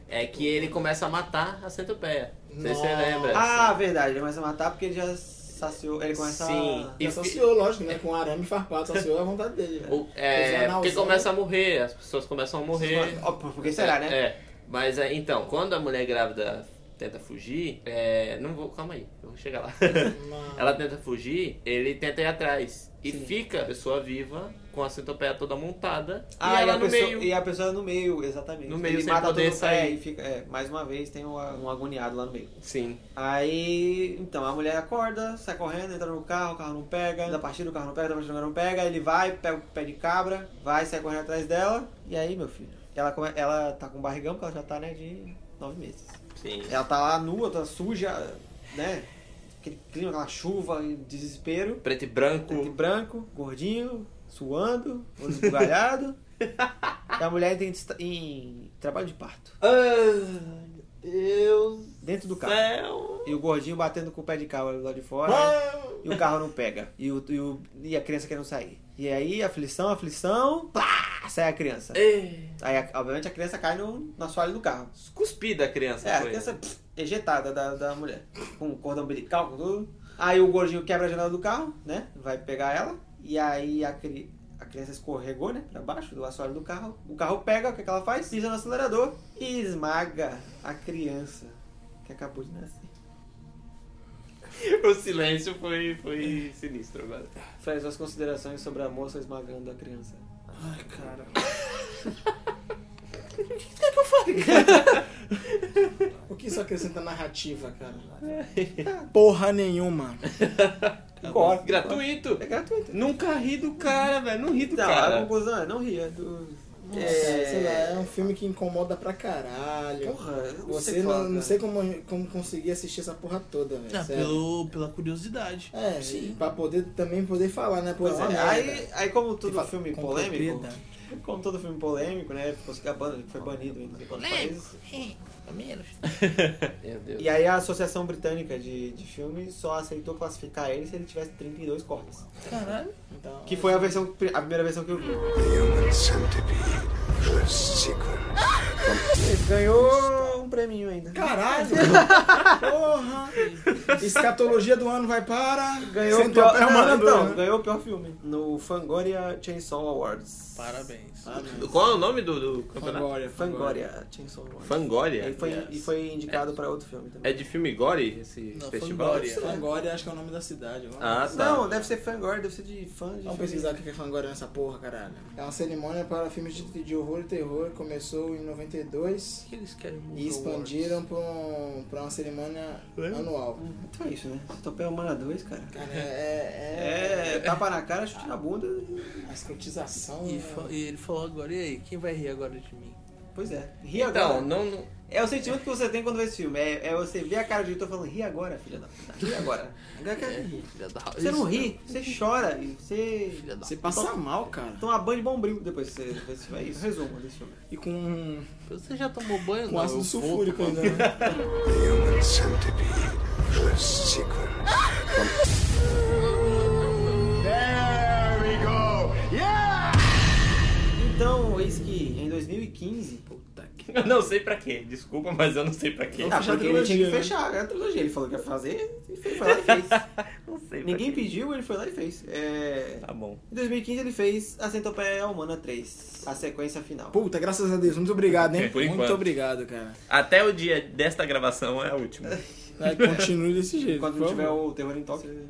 Speaker 8: É que ele começa a matar a centopeia. Não sei se você
Speaker 6: Nossa.
Speaker 8: lembra.
Speaker 5: Ah, verdade. Ele começa a matar porque ele já saciou. Ele começa
Speaker 8: Sim.
Speaker 5: a...
Speaker 8: E
Speaker 6: E associou, lógico, né? Com arame farpado, associou à vontade dele. velho.
Speaker 8: O- é,
Speaker 6: Fez uma
Speaker 8: porque
Speaker 6: náusea.
Speaker 8: começa a morrer, as pessoas começam a morrer.
Speaker 5: Ó, por que será, né?
Speaker 8: É. Mas é, então, quando a mulher grávida tenta fugir, é, não vou, calma aí, eu vou chegar lá.
Speaker 6: Uma-
Speaker 8: Ela tenta fugir, ele tenta ir atrás. E
Speaker 5: Sim.
Speaker 8: fica a pessoa viva, com a centopeia toda montada,
Speaker 5: Ah,
Speaker 8: e ela
Speaker 5: a
Speaker 8: no
Speaker 5: pessoa,
Speaker 8: meio.
Speaker 5: e a pessoa no meio, exatamente.
Speaker 8: No meio,
Speaker 5: ele
Speaker 8: sem
Speaker 5: mata
Speaker 8: poder
Speaker 5: todo-
Speaker 8: sair.
Speaker 5: É, e fica, é, mais uma vez tem um, um agoniado lá no meio.
Speaker 8: Sim.
Speaker 5: Aí, então, a mulher acorda, sai correndo, entra no carro, o carro não pega, da partida o carro não pega, da partida o carro não pega, ele vai, pega o pé de cabra, vai, sai correndo atrás dela, e aí, meu filho, ela, come- ela tá com barrigão, porque ela já tá, né, de nove meses.
Speaker 8: Sim.
Speaker 5: Ela tá lá nua, tá suja, né, aquele clima, aquela chuva, e desespero,
Speaker 8: Preto e branco.
Speaker 5: Preto e branco, gordinho, suando, olho esbugalhado. e a mulher entra em, desta- em trabalho de parto,
Speaker 8: Ah, meu Deus
Speaker 5: dentro do
Speaker 8: do
Speaker 5: carro.
Speaker 8: céu.
Speaker 5: E o gordinho batendo com o pé de carro lá de fora. né? E o carro não pega. E, o, e, o- e a criança querendo sair. E aí, aflição, aflição, pá, sai a criança.
Speaker 8: É.
Speaker 5: Aí, a- obviamente, a criança cai no, na soalha do carro.
Speaker 8: Cuspida a criança.
Speaker 5: É, a
Speaker 8: foi.
Speaker 5: criança pff, ejetada da, da mulher. Com cordão umbilical, com tudo. Aí o gordinho quebra a janela do carro, né? Vai pegar ela. E aí a, cri- a criança escorregou, né? Pra baixo do assoalho do carro. O carro pega, o que, que ela faz? Pisa no acelerador e esmaga a criança que acabou de nascer.
Speaker 8: O silêncio foi, foi sinistro agora.
Speaker 5: Faz as considerações sobre a moça esmagando a criança.
Speaker 6: Ai, cara. O que isso acrescenta narrativa, cara? Porra nenhuma.
Speaker 5: Corre.
Speaker 8: Gratuito.
Speaker 5: É gratuito.
Speaker 8: Nunca ri do cara, velho. Não ri do
Speaker 5: Então, a
Speaker 8: cara.
Speaker 5: conclusão é, não ria. Do...
Speaker 6: Nossa,
Speaker 5: É.
Speaker 6: sei lá, é um filme que incomoda pra caralho.
Speaker 5: Porra, eu não
Speaker 6: Você
Speaker 5: sei
Speaker 6: não,
Speaker 5: falar,
Speaker 6: não
Speaker 5: cara.
Speaker 6: sei como, como conseguir assistir essa porra toda, velho.
Speaker 7: É,
Speaker 6: sério.
Speaker 7: pelo, pela curiosidade.
Speaker 6: É, pra poder também poder falar, né? Pô,
Speaker 5: Pois
Speaker 6: é uma
Speaker 5: é,
Speaker 6: merda.
Speaker 5: aí, aí como todo
Speaker 6: fala
Speaker 5: filme
Speaker 6: com
Speaker 5: polêmico,
Speaker 7: propriedade.
Speaker 5: como todo filme polêmico, né, ficou se gabando, foi banido em não sei quantos países.
Speaker 8: Meu Deus.
Speaker 5: E aí a Associação Britânica de, de Filmes só aceitou classificar ele se ele tivesse 32 cortes.
Speaker 7: Caralho.
Speaker 6: Então,
Speaker 5: Que foi a versão, a primeira versão que eu
Speaker 6: Hum,
Speaker 5: vi.
Speaker 3: The Human Centipede, the sequel.
Speaker 5: Ele ganhou um prêmio
Speaker 6: né?
Speaker 5: ainda.
Speaker 6: Caralho! porra! Escatologia do ano vai para.
Speaker 5: Ganhou o pior,
Speaker 6: Centopeia
Speaker 5: não,
Speaker 6: Malandro,
Speaker 5: então,
Speaker 6: né?
Speaker 5: ganhou o pior filme. No Fangoria Chainsaw Awards.
Speaker 7: Parabéns.
Speaker 5: Ah,
Speaker 8: Qual é o nome do, do campeonato?
Speaker 6: Fangoria, Fangoria.
Speaker 5: Fangoria Chainsaw Awards.
Speaker 8: Fangoria.
Speaker 5: E foi,
Speaker 6: Yes.
Speaker 5: e foi indicado pra outro filme também.
Speaker 8: É de filme gore esse
Speaker 7: Não,
Speaker 8: festival?
Speaker 7: Fangoria.
Speaker 6: Fangoria, acho que é o nome da cidade. vamos
Speaker 8: Ah, tá.
Speaker 5: Não, deve ser Fangoria, deve ser de fã de
Speaker 6: Vamos
Speaker 5: filme.
Speaker 6: pesquisar o que é Fangoria nessa porra, caralho. É uma cerimônia para filmes de, de horror e terror. Começou em 92
Speaker 7: O que eles querem
Speaker 6: e expandiram para um, pra uma cerimônia anual.
Speaker 5: Então é isso, né? Se topei Humana 2, cara.
Speaker 6: Cara, é. é,
Speaker 5: É, tapa na cara, chute na bunda.
Speaker 6: A escrotização.
Speaker 7: E,
Speaker 6: né?
Speaker 7: fa- e ele falou agora, e aí, quem vai rir agora de mim?
Speaker 5: Pois é. Ri agora.
Speaker 8: Então, não, não-
Speaker 5: É o sentimento que você tem quando vê esse filme. É, é você ver a cara do diretor falando, ri agora, filha da puta. Ri agora. Agora quer
Speaker 6: Hum.
Speaker 5: rir.
Speaker 7: Filha da
Speaker 5: Você não ri, você chora. e Você
Speaker 7: Filha da
Speaker 6: Você passa mal, cara.
Speaker 5: toma banho de bombril depois que você vê esse filme. É isso, resumo desse filme.
Speaker 6: E com,
Speaker 7: Você já tomou banho?
Speaker 6: com
Speaker 7: não,
Speaker 6: ácido
Speaker 7: eu
Speaker 6: sulfúrico
Speaker 7: vou
Speaker 6: ainda, né?
Speaker 3: The Human Centipede, the sequel.
Speaker 5: Então, eis que em 2015... Puta que...
Speaker 8: eu não sei pra quê. Desculpa, mas eu não sei pra quê.
Speaker 5: Ah,
Speaker 6: fechar a
Speaker 5: porque ele tinha
Speaker 6: trilogia,
Speaker 5: que
Speaker 6: né?
Speaker 5: fechar a trilogia. Ele falou que ia fazer, ele foi lá e fez.
Speaker 8: Não sei pra
Speaker 5: Ninguém
Speaker 8: quê.
Speaker 5: pediu, ele foi lá e fez. É...
Speaker 8: Tá bom.
Speaker 5: Em 2015 ele fez A Centopeia Humana 3, a sequência final.
Speaker 6: Puta, graças a Deus. Muito obrigado, hein?
Speaker 8: Por
Speaker 6: Muito
Speaker 8: enquanto.
Speaker 6: obrigado, cara.
Speaker 8: Até o dia desta gravação é a última.
Speaker 6: Vai, Continue desse jeito.
Speaker 5: Quando
Speaker 6: por
Speaker 5: não tiver
Speaker 6: favor.
Speaker 5: o terror em toque.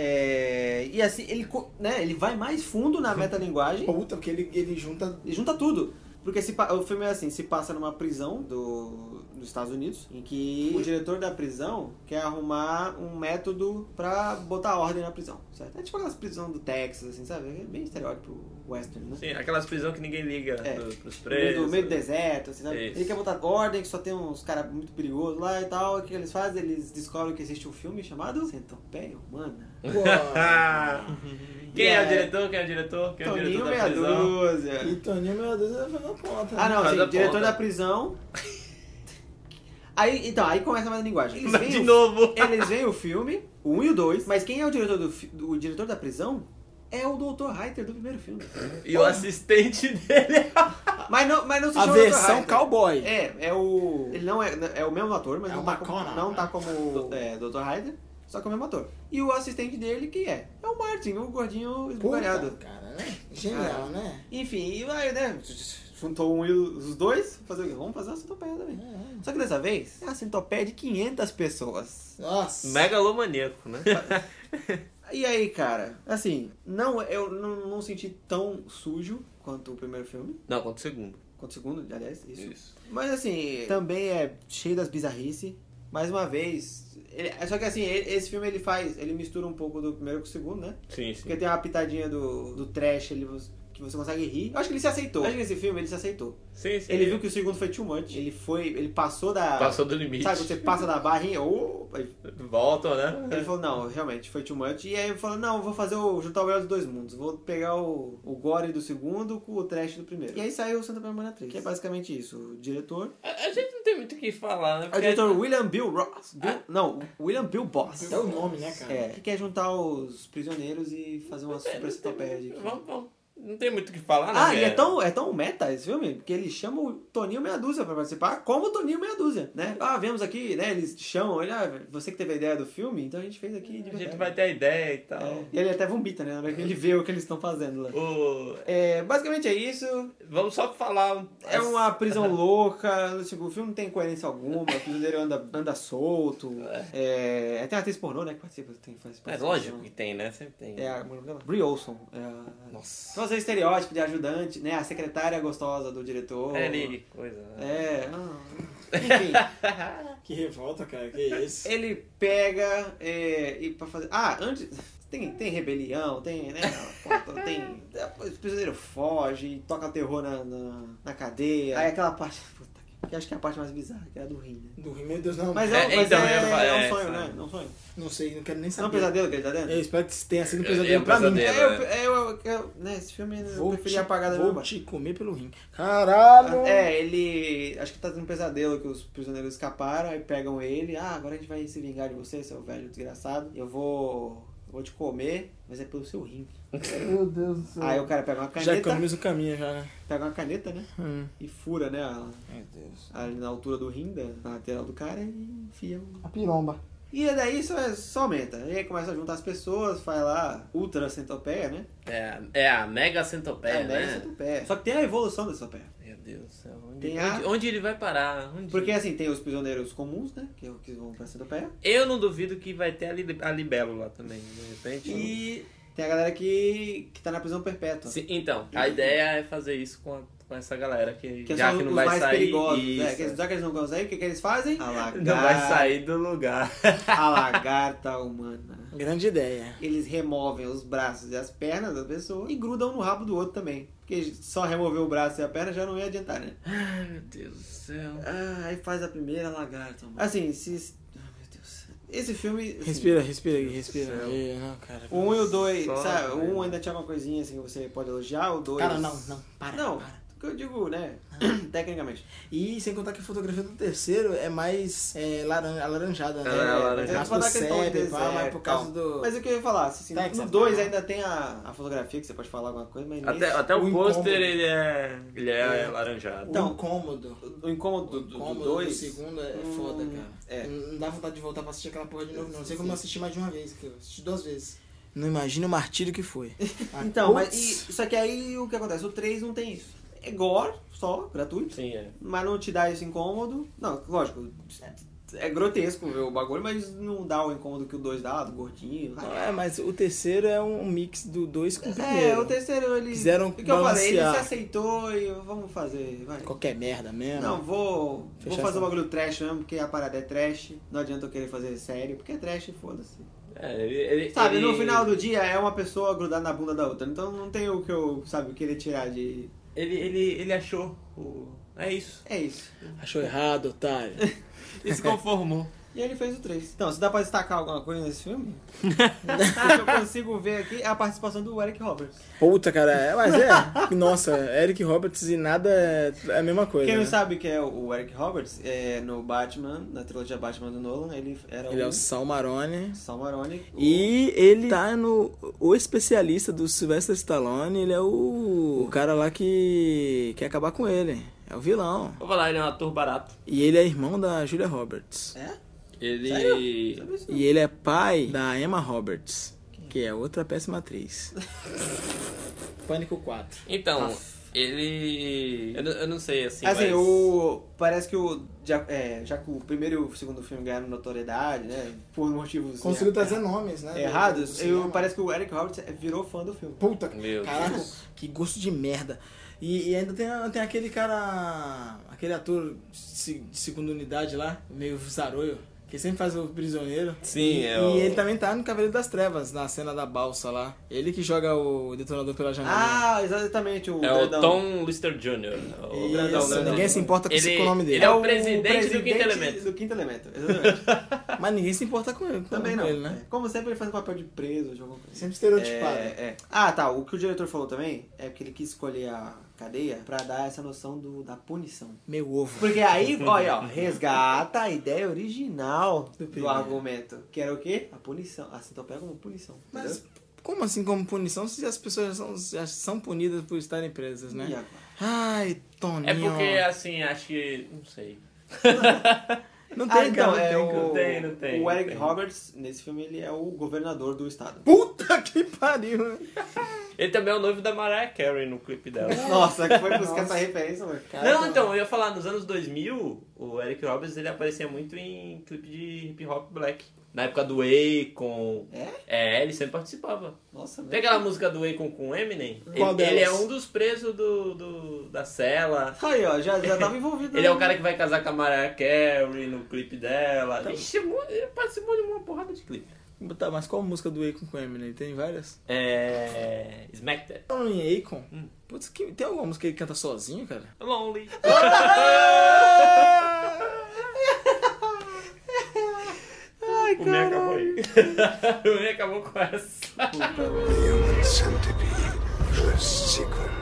Speaker 5: É, e assim, ele, co- né, ele vai mais fundo na metalinguagem
Speaker 6: Puta, porque ele, ele junta.
Speaker 5: e junta tudo. Porque se, pa- o filme é assim, se passa numa prisão do, nos Estados Unidos, em que o diretor da prisão quer arrumar um método pra botar ordem na prisão, certo? É tipo aquelas prisões do Texas, assim, sabe? É bem estereótipo western, né?
Speaker 8: Sim, aquelas prisões que ninguém liga
Speaker 5: É.
Speaker 8: pro- pros
Speaker 5: No meio
Speaker 8: presos.
Speaker 5: do, meio do deserto, assim, sabe?
Speaker 8: Isso.
Speaker 5: Ele quer botar ordem, que só tem uns caras muito perigosos lá e tal. O que eles fazem? Eles descobrem que existe um filme chamado Centopeia Humana.
Speaker 8: Quem é o
Speaker 5: Yeah.
Speaker 8: diretor? Quem é o diretor? Quem é o
Speaker 5: Toninho
Speaker 8: diretor da
Speaker 5: Meia
Speaker 8: prisão?
Speaker 5: Dúzia.
Speaker 6: E Toninho, meu Deus, ele foi na ponta.
Speaker 5: Ah, não,
Speaker 8: Cada
Speaker 5: sim,
Speaker 8: ponta.
Speaker 5: diretor da prisão. Aí, então, aí começa mais a linguagem. Eles veem
Speaker 8: De
Speaker 5: o-
Speaker 8: novo.
Speaker 5: Eles veem o filme, o 1 e o 2, mas quem é o diretor do fi- o diretor da prisão é o Dr. Reiter do primeiro filme.
Speaker 8: E o assistente dele.
Speaker 5: Mas não, mas não se
Speaker 6: A
Speaker 5: chama Dr.
Speaker 6: versão
Speaker 5: Reiter.
Speaker 6: cowboy.
Speaker 5: É, é o. Ele não é. É o mesmo ator, mas
Speaker 6: É
Speaker 5: não,
Speaker 6: o
Speaker 5: tá como,
Speaker 6: Bacona,
Speaker 5: não
Speaker 6: né?
Speaker 5: tá como é, Dr. Reiter, só que é o mesmo ator. E o assistente dele, que é? É o Martin, o gordinho esbugalhado.
Speaker 6: Puta, cara, né? Genial,
Speaker 5: Ah.
Speaker 6: né?
Speaker 5: Enfim, e aí, né? Juntou um e os dois, fazer o quê? Vamos fazer uma centopeia também. Só que dessa vez, é uma centopeia de 500 pessoas.
Speaker 6: Nossa.
Speaker 8: Megalomaníaco, né?
Speaker 5: E aí, cara, assim, não, eu não, não senti tão sujo quanto o primeiro filme,
Speaker 8: Não, quanto segundo.
Speaker 5: quanto o segundo, aliás, isso.
Speaker 8: Isso.
Speaker 5: Mas assim, também é cheio das bizarrices. Mais uma vez, ele- é só que assim, ele- esse filme ele faz, ele mistura um pouco do primeiro com o segundo, né?
Speaker 8: Sim, sim.
Speaker 5: Porque tem uma pitadinha do, do trash ali que você consegue rir. Eu acho que ele se aceitou. Eu acho que esse filme ele se aceitou.
Speaker 8: Sim, sim.
Speaker 5: Ele viu que o segundo foi too much. Ele foi. Ele passou da.
Speaker 8: Passou do limite.
Speaker 5: Sabe, você passa da barrinha. opa, ele-
Speaker 8: Volta, né?
Speaker 5: ele falou, não, realmente, foi too much. E aí ele falou, não, vou fazer o. juntar o melhor dos dois mundos. Vou pegar o, o gore do segundo com o trash do primeiro. E aí saiu o Santa Permanente 3, que é basicamente isso. O diretor.
Speaker 8: A, a gente não tem muito o que falar, né?
Speaker 5: É o
Speaker 8: Porque-
Speaker 5: diretor William Bill Ross. Bill- não, William Bill Boss.
Speaker 6: É o nome, né, cara?
Speaker 5: É, que quer juntar os prisioneiros e fazer um uma super centopeia de.
Speaker 8: Vamos, vamos. Não tem muito o que falar, né?
Speaker 5: Ah, e é tão, é tão meta esse filme que ele chama o Toninho Meia Dúzia pra participar, como o Toninho Meia Dúzia, né? Ah, vemos aqui, né? Eles chamam, olha, você que teve a ideia do filme, então a gente fez aqui de
Speaker 8: A gente
Speaker 5: verdade.
Speaker 8: vai ter a ideia e tal.
Speaker 5: É, e ele até vomita, né? Na hora que ele vê o que eles estão fazendo lá.
Speaker 8: O-
Speaker 5: É, basicamente é isso.
Speaker 8: Vamos só falar. um-
Speaker 5: É uma prisão louca, tipo, o filme não tem coerência alguma, o prisioneiro anda, anda solto. É, tem uma atriz pornô, né? Que participa, tem faz
Speaker 8: É
Speaker 5: participação.
Speaker 8: lógico que tem, né? Sempre tem.
Speaker 5: É a como é o nome dela? Brie Olson. É a...
Speaker 8: Nossa.
Speaker 5: Só fazer estereótipo de ajudante, né? A secretária gostosa do diretor.
Speaker 8: É ali, coisa. né?
Speaker 5: É. ah, Enfim,
Speaker 6: Que revolta, cara, que isso.
Speaker 5: ele pega é, e pra fazer. Ah, antes. Tem, tem rebelião, tem, né? pô, tem. O prisioneiro foge, toca terror na, na, na cadeia. Aí aquela parte. Puta, que- que acho que é a parte mais bizarra, que é a do rim, né?
Speaker 6: Do meu Deus, não.
Speaker 5: Mas
Speaker 8: É,
Speaker 5: é, um- mas
Speaker 8: então,
Speaker 5: é,
Speaker 8: eu ia falar,
Speaker 5: é
Speaker 8: é,
Speaker 5: um sonho,
Speaker 8: sabe?
Speaker 5: né? É um sonho.
Speaker 6: Não sei, não quero nem
Speaker 5: É um
Speaker 6: saber.
Speaker 5: pesadelo que ele tá dentro?
Speaker 6: Eu espero que tenha sido um
Speaker 8: É- é um
Speaker 6: pesadelo pra mim.
Speaker 8: pesadelo.
Speaker 5: É, eu, é, eu, eu- né, esse filme eu
Speaker 6: Vou
Speaker 5: preferi
Speaker 6: te,
Speaker 5: apagar da minha
Speaker 6: vou
Speaker 5: memória.
Speaker 6: te comer pelo rim. Caralho!
Speaker 5: É, ele. Acho que tá tendo um pesadelo que os prisioneiros escaparam, aí pegam ele. Ah, agora a gente vai se vingar de você, seu velho desgraçado. Eu vou. eu vou te comer, mas é pelo seu rim.
Speaker 6: Meu Deus do céu.
Speaker 5: Aí o cara pega uma
Speaker 6: já
Speaker 5: caneta.
Speaker 6: caminhos o caminho, já, né?
Speaker 5: Pega uma caneta, né?
Speaker 6: Hum.
Speaker 5: E fura, né? a-
Speaker 6: Meu Deus.
Speaker 5: Ali na altura do rim, da, na lateral do cara, e enfia o.
Speaker 6: A piromba.
Speaker 5: E é daí só, só aumenta. E aí começa a juntar as pessoas, faz lá ultra centopeia, né?
Speaker 8: É, a- é a mega centopeia,
Speaker 5: É,
Speaker 8: né?
Speaker 5: né? Centopeia. Só que tem a evolução da centopeia.
Speaker 8: Meu Deus do céu. Onde,
Speaker 5: Tem a-
Speaker 8: onde- onde ele vai parar? Onde-
Speaker 5: Porque assim, tem os prisioneiros comuns, né? Que, que vão pra centopeia.
Speaker 8: Eu não duvido que vai ter a, li... a Libelo lá também, de repente. né?
Speaker 5: E tem a galera que, que tá na prisão perpétua.
Speaker 8: Sim, então, a ideia é fazer isso com, a- com essa galera que,
Speaker 5: Que
Speaker 8: já
Speaker 5: são
Speaker 8: que não
Speaker 5: os
Speaker 8: vai
Speaker 5: mais
Speaker 8: sair.
Speaker 5: perigosos.
Speaker 8: isso, é.
Speaker 5: né? Que, já que eles Ah. não conseguem, o que, que eles fazem? A lagarta,
Speaker 8: Não vai sair do lugar.
Speaker 5: a lagarta
Speaker 7: É.
Speaker 5: humana.
Speaker 6: Grande ideia.
Speaker 5: Eles removem os braços e as pernas da pessoa e grudam no rabo do outro também. Porque só remover o braço e a perna já não ia adiantar, né?
Speaker 8: Ai, meu Deus do céu.
Speaker 5: Ah, aí faz a primeira lagarta humana. Assim, se. Ah, meu Deus. Esse filme. assim,
Speaker 6: Respira, respira aqui, respira.
Speaker 8: Céu.
Speaker 6: Ih, Não, cara.
Speaker 5: O 1 e o 2,
Speaker 8: Só,
Speaker 5: sabe? O
Speaker 8: velho.
Speaker 5: 1 ainda tinha uma coisinha assim que você pode elogiar, o 2.
Speaker 6: Cara, não, não. Para,
Speaker 5: Não,
Speaker 6: para.
Speaker 5: o que eu digo, né? Tecnicamente.
Speaker 6: E sem contar que a fotografia do terceiro é mais é, laran- alaranjada, né?
Speaker 8: É, alaranjada.
Speaker 6: Mais pro
Speaker 5: Mas dá aquele tom de
Speaker 6: cérebro, e pá,
Speaker 5: deserto,
Speaker 6: é, mas por causa do...
Speaker 5: Mas o que eu ia falar, assim,
Speaker 6: Tá, que
Speaker 5: no
Speaker 6: você
Speaker 5: 2
Speaker 6: fala.
Speaker 5: ainda tem a, a fotografia que você pode falar alguma coisa, mas
Speaker 8: Até,
Speaker 5: nesse-
Speaker 8: até o
Speaker 6: o
Speaker 8: pôster
Speaker 6: incômodo.
Speaker 8: ele é, ele é,
Speaker 6: É.
Speaker 8: laranjado.
Speaker 5: Então,
Speaker 6: o incômodo.
Speaker 5: o incômodo
Speaker 6: O
Speaker 5: do-
Speaker 6: incômodo
Speaker 5: do
Speaker 6: do,
Speaker 5: 2.
Speaker 6: segundo é
Speaker 5: hum,
Speaker 6: foda, cara.
Speaker 5: é.
Speaker 6: Não dá vontade de voltar pra assistir aquela porra de novo, não. Não sei como eu assisti mais de uma vez, que eu assisti duas vezes. Não imagina o martírio que foi. Ah,
Speaker 5: Então, mas
Speaker 6: putz.
Speaker 5: e, só que aí o que acontece? O 3 não tem isso. É gore, só, gratuito.
Speaker 8: Sim, é.
Speaker 5: Mas não te dá esse incômodo. Não, lógico, É grotesco ver o bagulho, mas não dá o incômodo que o 2 dá, do gordinho.
Speaker 6: Não, é, mas o terceiro é um mix do dois com o primeiro.
Speaker 5: É, o terceiro ele.
Speaker 6: Quiseram
Speaker 5: o que eu falei, ele se
Speaker 6: balancear.
Speaker 5: aceitou e vamos fazer, vai.
Speaker 6: Qualquer merda mesmo.
Speaker 5: Não, vou, vou
Speaker 6: Fechar
Speaker 5: fazer
Speaker 6: essa-
Speaker 5: o bagulho trash mesmo, porque a parada é trash. Não adianta eu querer fazer sério, porque é trash, foda-se.
Speaker 8: É, ele, ele-
Speaker 5: Sabe, no
Speaker 8: ele-
Speaker 5: final do dia é uma pessoa grudada na bunda da outra, então não tem o que eu, sabe, querer tirar de.
Speaker 8: Ele, ele, ele achou o... É isso.
Speaker 5: É isso.
Speaker 6: Achou errado, otário.
Speaker 8: Ele se conformou.
Speaker 5: E ele fez o 3. Então, se dá pra destacar alguma coisa nesse filme, o que eu consigo ver aqui é a participação do Eric Roberts.
Speaker 6: Puta, cara. é, Mas é. Nossa, Eric Roberts e nada é é a mesma coisa.
Speaker 5: Quem não
Speaker 6: né?
Speaker 5: sabe que é o Eric Roberts, é, no Batman, na trilogia Batman do Nolan, ele era
Speaker 6: Ele é
Speaker 5: o,
Speaker 6: o Sal Marone.
Speaker 5: Sal Marone.
Speaker 6: E ele tá no. O especialista do Sylvester Stallone, ele é o. O cara lá que. Quer acabar com ele. É o vilão.
Speaker 8: Vou falar, ele é um ator barato.
Speaker 6: E ele é irmão da Julia Roberts.
Speaker 5: É
Speaker 8: Ele...
Speaker 6: E ele é pai da Emma Roberts, que é outra péssima atriz. Pânico 4.
Speaker 8: Então, ele... Eu, não- eu não sei, assim,
Speaker 5: assim,
Speaker 8: mas-
Speaker 5: o. Parece que o. Já, é, já que o primeiro e o segundo filme ganharam notoriedade, né? Por motivos.
Speaker 6: Conseguiu
Speaker 5: né,
Speaker 6: trazer nomes, né? do- do
Speaker 5: Errados,
Speaker 6: cinema.
Speaker 5: eu, parece que o Eric Roberts é, virou fã do filme.
Speaker 6: Puta,
Speaker 8: Meu
Speaker 6: caraca,
Speaker 8: Deus.
Speaker 6: que gosto de merda. E, e ainda tem, tem aquele cara, aquele ator se- de segunda unidade lá, meio zaroio, que sempre faz o prisioneiro.
Speaker 8: Sim,
Speaker 6: e,
Speaker 8: é o-
Speaker 6: E ele também tá no Cavaleiro das Trevas, na cena da balsa lá. Ele que joga o detonador pela janela.
Speaker 5: Ah, exatamente, o
Speaker 8: Uhum. É
Speaker 5: grandão.
Speaker 8: o Tom Lister Jr. O
Speaker 6: Isso,
Speaker 8: grandão, grandão.
Speaker 6: né? ninguém se importa com
Speaker 8: Ele-
Speaker 6: esse nome dele.
Speaker 8: ele é o presidente do Quinto Elemento.
Speaker 5: do Quinto Elemento, exatamente.
Speaker 6: Mas ninguém se importa com ele. com
Speaker 5: Também não.
Speaker 6: ele, né?
Speaker 5: É, Como sempre, ele faz um papel de preso, de alguma coisa. assim.
Speaker 6: Sempre estereotipado.
Speaker 5: É, é. Ah, tá. O que o diretor falou também é que ele quis escolher a cadeia pra dar essa noção do, da punição.
Speaker 6: Meu ovo.
Speaker 5: Porque aí, olha, ó, resgata a ideia original do,
Speaker 6: primeiro.
Speaker 5: argumento. Que era o quê? A punição. Ah, A centopeia como punição.
Speaker 6: Mas
Speaker 5: entendeu?
Speaker 6: como assim como punição se as pessoas já são, já são punidas por estarem presas,
Speaker 5: E
Speaker 6: né?
Speaker 5: agora?
Speaker 6: Ai, Toninho.
Speaker 8: É porque, assim, acho que... Não sei.
Speaker 6: Não tem,
Speaker 5: Ah, então,
Speaker 6: cara,
Speaker 5: é
Speaker 6: não tem, cara.
Speaker 5: o,
Speaker 8: tem, não tem,
Speaker 5: o
Speaker 8: não
Speaker 5: Eric
Speaker 8: tem.
Speaker 5: Roberts, nesse filme, ele é o governador do estado.
Speaker 6: Puta que pariu, né?
Speaker 8: Ele também é o noivo da Mariah Carey no clipe dela.
Speaker 5: Nossa, que foi buscar essa referência, mano.
Speaker 8: Não, então, eu ia falar, nos anos 2000, o Eric Roberts ele aparecia muito em clipe de hip hop black. Na época do Akon. É? ele sempre participava.
Speaker 5: Nossa,
Speaker 8: Tem
Speaker 5: velho.
Speaker 8: aquela música do Akon com Eminem?
Speaker 6: Qual
Speaker 8: ele, ele é
Speaker 6: delas?
Speaker 8: um dos presos do, do- da cela.
Speaker 5: Aí, ó, já, já tava envolvido.
Speaker 8: Ele é
Speaker 5: né?
Speaker 8: o cara que vai casar com a Mariah Carey no clipe dela. Ixi, é mu- ele participou de uma porrada de clipe.
Speaker 6: Tá, mas qual música do Akon com Eminem? Tem várias?
Speaker 8: É... Smack That.
Speaker 6: Falando em Akon,
Speaker 8: Hum.
Speaker 6: putz, que, tem alguma música que ele canta sozinho, cara?
Speaker 8: Lonely. o meu acabou aí. o meu acabou com essa.
Speaker 3: The human centipede, the sequence.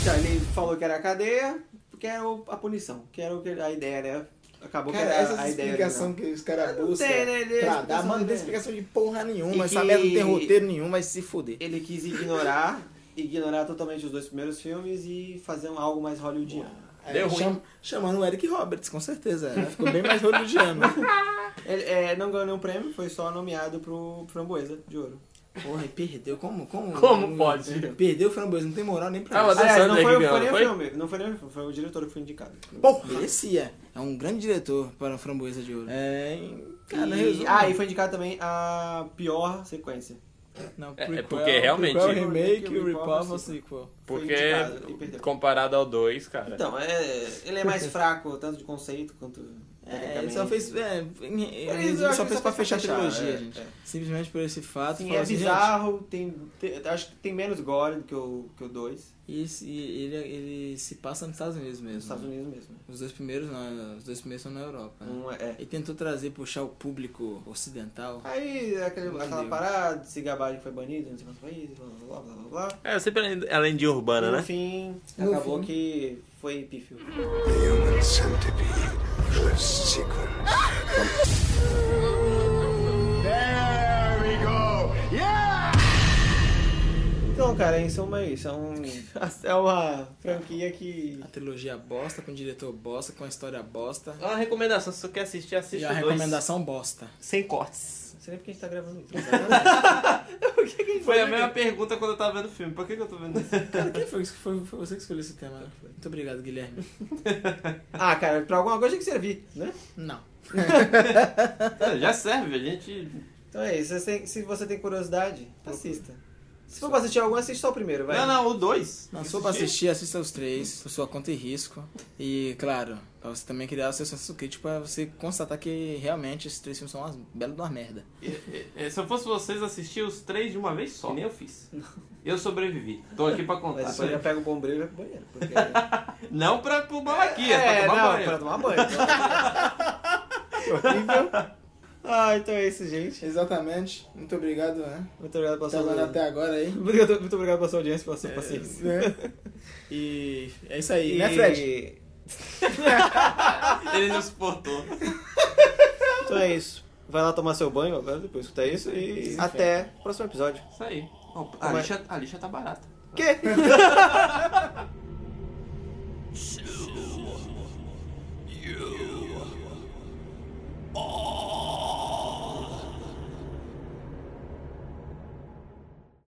Speaker 5: Então, ele falou que era a cadeia, que era o- a punição, que era o que a ideia, né? Acabou que era a ideia. original.
Speaker 6: que os caras
Speaker 5: Não tem, né? Ele-
Speaker 6: pra
Speaker 5: a
Speaker 6: dar,
Speaker 5: explicação
Speaker 6: mano, não tem
Speaker 5: dele.
Speaker 6: explicação de porra nenhuma.
Speaker 5: E
Speaker 6: Essa
Speaker 5: que-
Speaker 6: merda não tem roteiro nenhum, vai se fuder.
Speaker 5: Ele quis ignorar, ignorar totalmente os dois primeiros filmes e fazer um- algo mais hollywoodiano.
Speaker 6: É,
Speaker 8: Deu ruim.
Speaker 6: cham- chamando o Eric Roberts, com certeza. né? Ficou bem mais hollywoodiano.
Speaker 5: Ele é, não ganhou nenhum prêmio, foi só nomeado pro Framboesa de Ouro.
Speaker 6: Porra, e perdeu. Como? Como,
Speaker 8: Como pode?
Speaker 6: Perdeu o framboesa, não tem moral nem pra
Speaker 8: Ah, mas
Speaker 6: isso.
Speaker 8: é-
Speaker 5: Aliás,
Speaker 8: sabe
Speaker 5: não
Speaker 8: daí
Speaker 5: foi,
Speaker 8: que
Speaker 5: foi nem o
Speaker 8: ganhou,
Speaker 5: filme, não foi nem o filme, foi o diretor que foi indicado.
Speaker 6: Porra, merecia. É um grande diretor para o framboesa de ouro. É, em- cara,
Speaker 5: E-
Speaker 6: resumo.
Speaker 5: ah, e foi indicado também a pior sequência.
Speaker 6: Não,
Speaker 8: É- é porque realmente-
Speaker 6: prequel, remake,
Speaker 5: Prequel,
Speaker 6: revival,
Speaker 5: sequel.
Speaker 6: sequel.
Speaker 5: Foi
Speaker 8: Porque
Speaker 5: indicado e perdeu.
Speaker 8: comparado ao 2, cara.
Speaker 5: Então, é, ele é mais fraco, tanto de conceito quanto.
Speaker 6: É, ele só
Speaker 5: tecnicamente. Tipo,
Speaker 6: fez, é, em- em-
Speaker 5: Ele-
Speaker 6: resumo,
Speaker 5: eu acho
Speaker 6: só
Speaker 5: que
Speaker 6: fez
Speaker 5: só
Speaker 6: pra
Speaker 5: fez
Speaker 6: fechar a
Speaker 5: pra fechar,
Speaker 6: trilogia,
Speaker 5: é,
Speaker 6: gente.
Speaker 5: é.
Speaker 6: Simplesmente por esse fato.
Speaker 5: Sim,
Speaker 6: falou
Speaker 5: é
Speaker 6: assim,
Speaker 5: bizarro, tem, tem- acho que tem menos gore do que o 2, que o dois,
Speaker 6: gente, E esse- e ele, ele se passa nos Estados Unidos mesmo.
Speaker 5: nos Estados
Speaker 6: né?
Speaker 5: Unidos mesmo.
Speaker 6: Os dois primeiros não, os dois primeiros são na Europa. né?
Speaker 5: Um é- é.
Speaker 6: Ele tentou trazer, puxar o público ocidental.
Speaker 5: Aí, aquele,
Speaker 6: Não
Speaker 5: aquela
Speaker 6: deu.
Speaker 5: parada de se gabar que foi banido, não sei quantos países, blá blá blá blá blá.
Speaker 8: É, sempre além- além de urbana,
Speaker 5: No
Speaker 8: né?
Speaker 5: fim,
Speaker 6: No
Speaker 5: acabou
Speaker 6: fim.
Speaker 5: que foi pífio.
Speaker 3: The human centipede, the sequence.
Speaker 5: Então, cara, em suma é isso. É, um, é uma franquia que.
Speaker 6: A trilogia bosta, com o diretor bosta, com a história bosta.
Speaker 8: Uma recomendação, se você quer assistir,
Speaker 6: E
Speaker 8: assiste
Speaker 6: a
Speaker 8: o 2.
Speaker 6: recomendação bosta.
Speaker 8: Sem cortes.
Speaker 4: Não sei nem porque a gente tá gravando isso.
Speaker 5: Foi a mesma pergunta quando eu tava vendo o filme. Por que, que eu tô vendo isso?
Speaker 6: Cara, quem foi, que- foi, foi você que escolheu esse tema? né? Muito obrigado, Guilherme.
Speaker 5: Ah, cara, pra alguma coisa tem que servir, né?
Speaker 6: Não.
Speaker 5: Já serve, a gente. Então é isso. Se, se você tem curiosidade, assista. Se for pra assistir algum, assiste só o primeiro, vai.
Speaker 8: Não, não, o 2.
Speaker 6: Não, se for pra assistir, assista os três, por sua conta e risco. E, claro, pra você também criar o seu senso crítico pra é você constatar que realmente esses três filmes são umas belas de uma merda.
Speaker 8: É, Se eu fosse vocês, assistir os três de uma vez só. Que nem eu fiz. Eu sobrevivi. Tô aqui pra contar.
Speaker 5: Mas é você já pega o bombril e vai pro banheiro. Porque...
Speaker 8: Não pra pro malaquias,
Speaker 5: é,
Speaker 8: pra tomar
Speaker 5: não,
Speaker 8: banho.
Speaker 5: pra tomar banho. Que horrível. Ah, então é isso, gente. Então,
Speaker 6: Exatamente. Muito obrigado, né?
Speaker 5: Muito obrigado pela sua
Speaker 6: Trabalhando até agora aí.
Speaker 5: Obrigado- Muito obrigado pela sua audiência, pela sua paciência.
Speaker 6: E é isso aí,
Speaker 5: E-
Speaker 6: né, Fred?
Speaker 8: Ele não suportou.
Speaker 5: Então é isso. Vai lá tomar seu banho agora, depois escutar isso. E até o próximo episódio.
Speaker 8: Isso aí. Ó,
Speaker 5: é?
Speaker 8: a, lixa, a lixa tá barata.
Speaker 5: Que?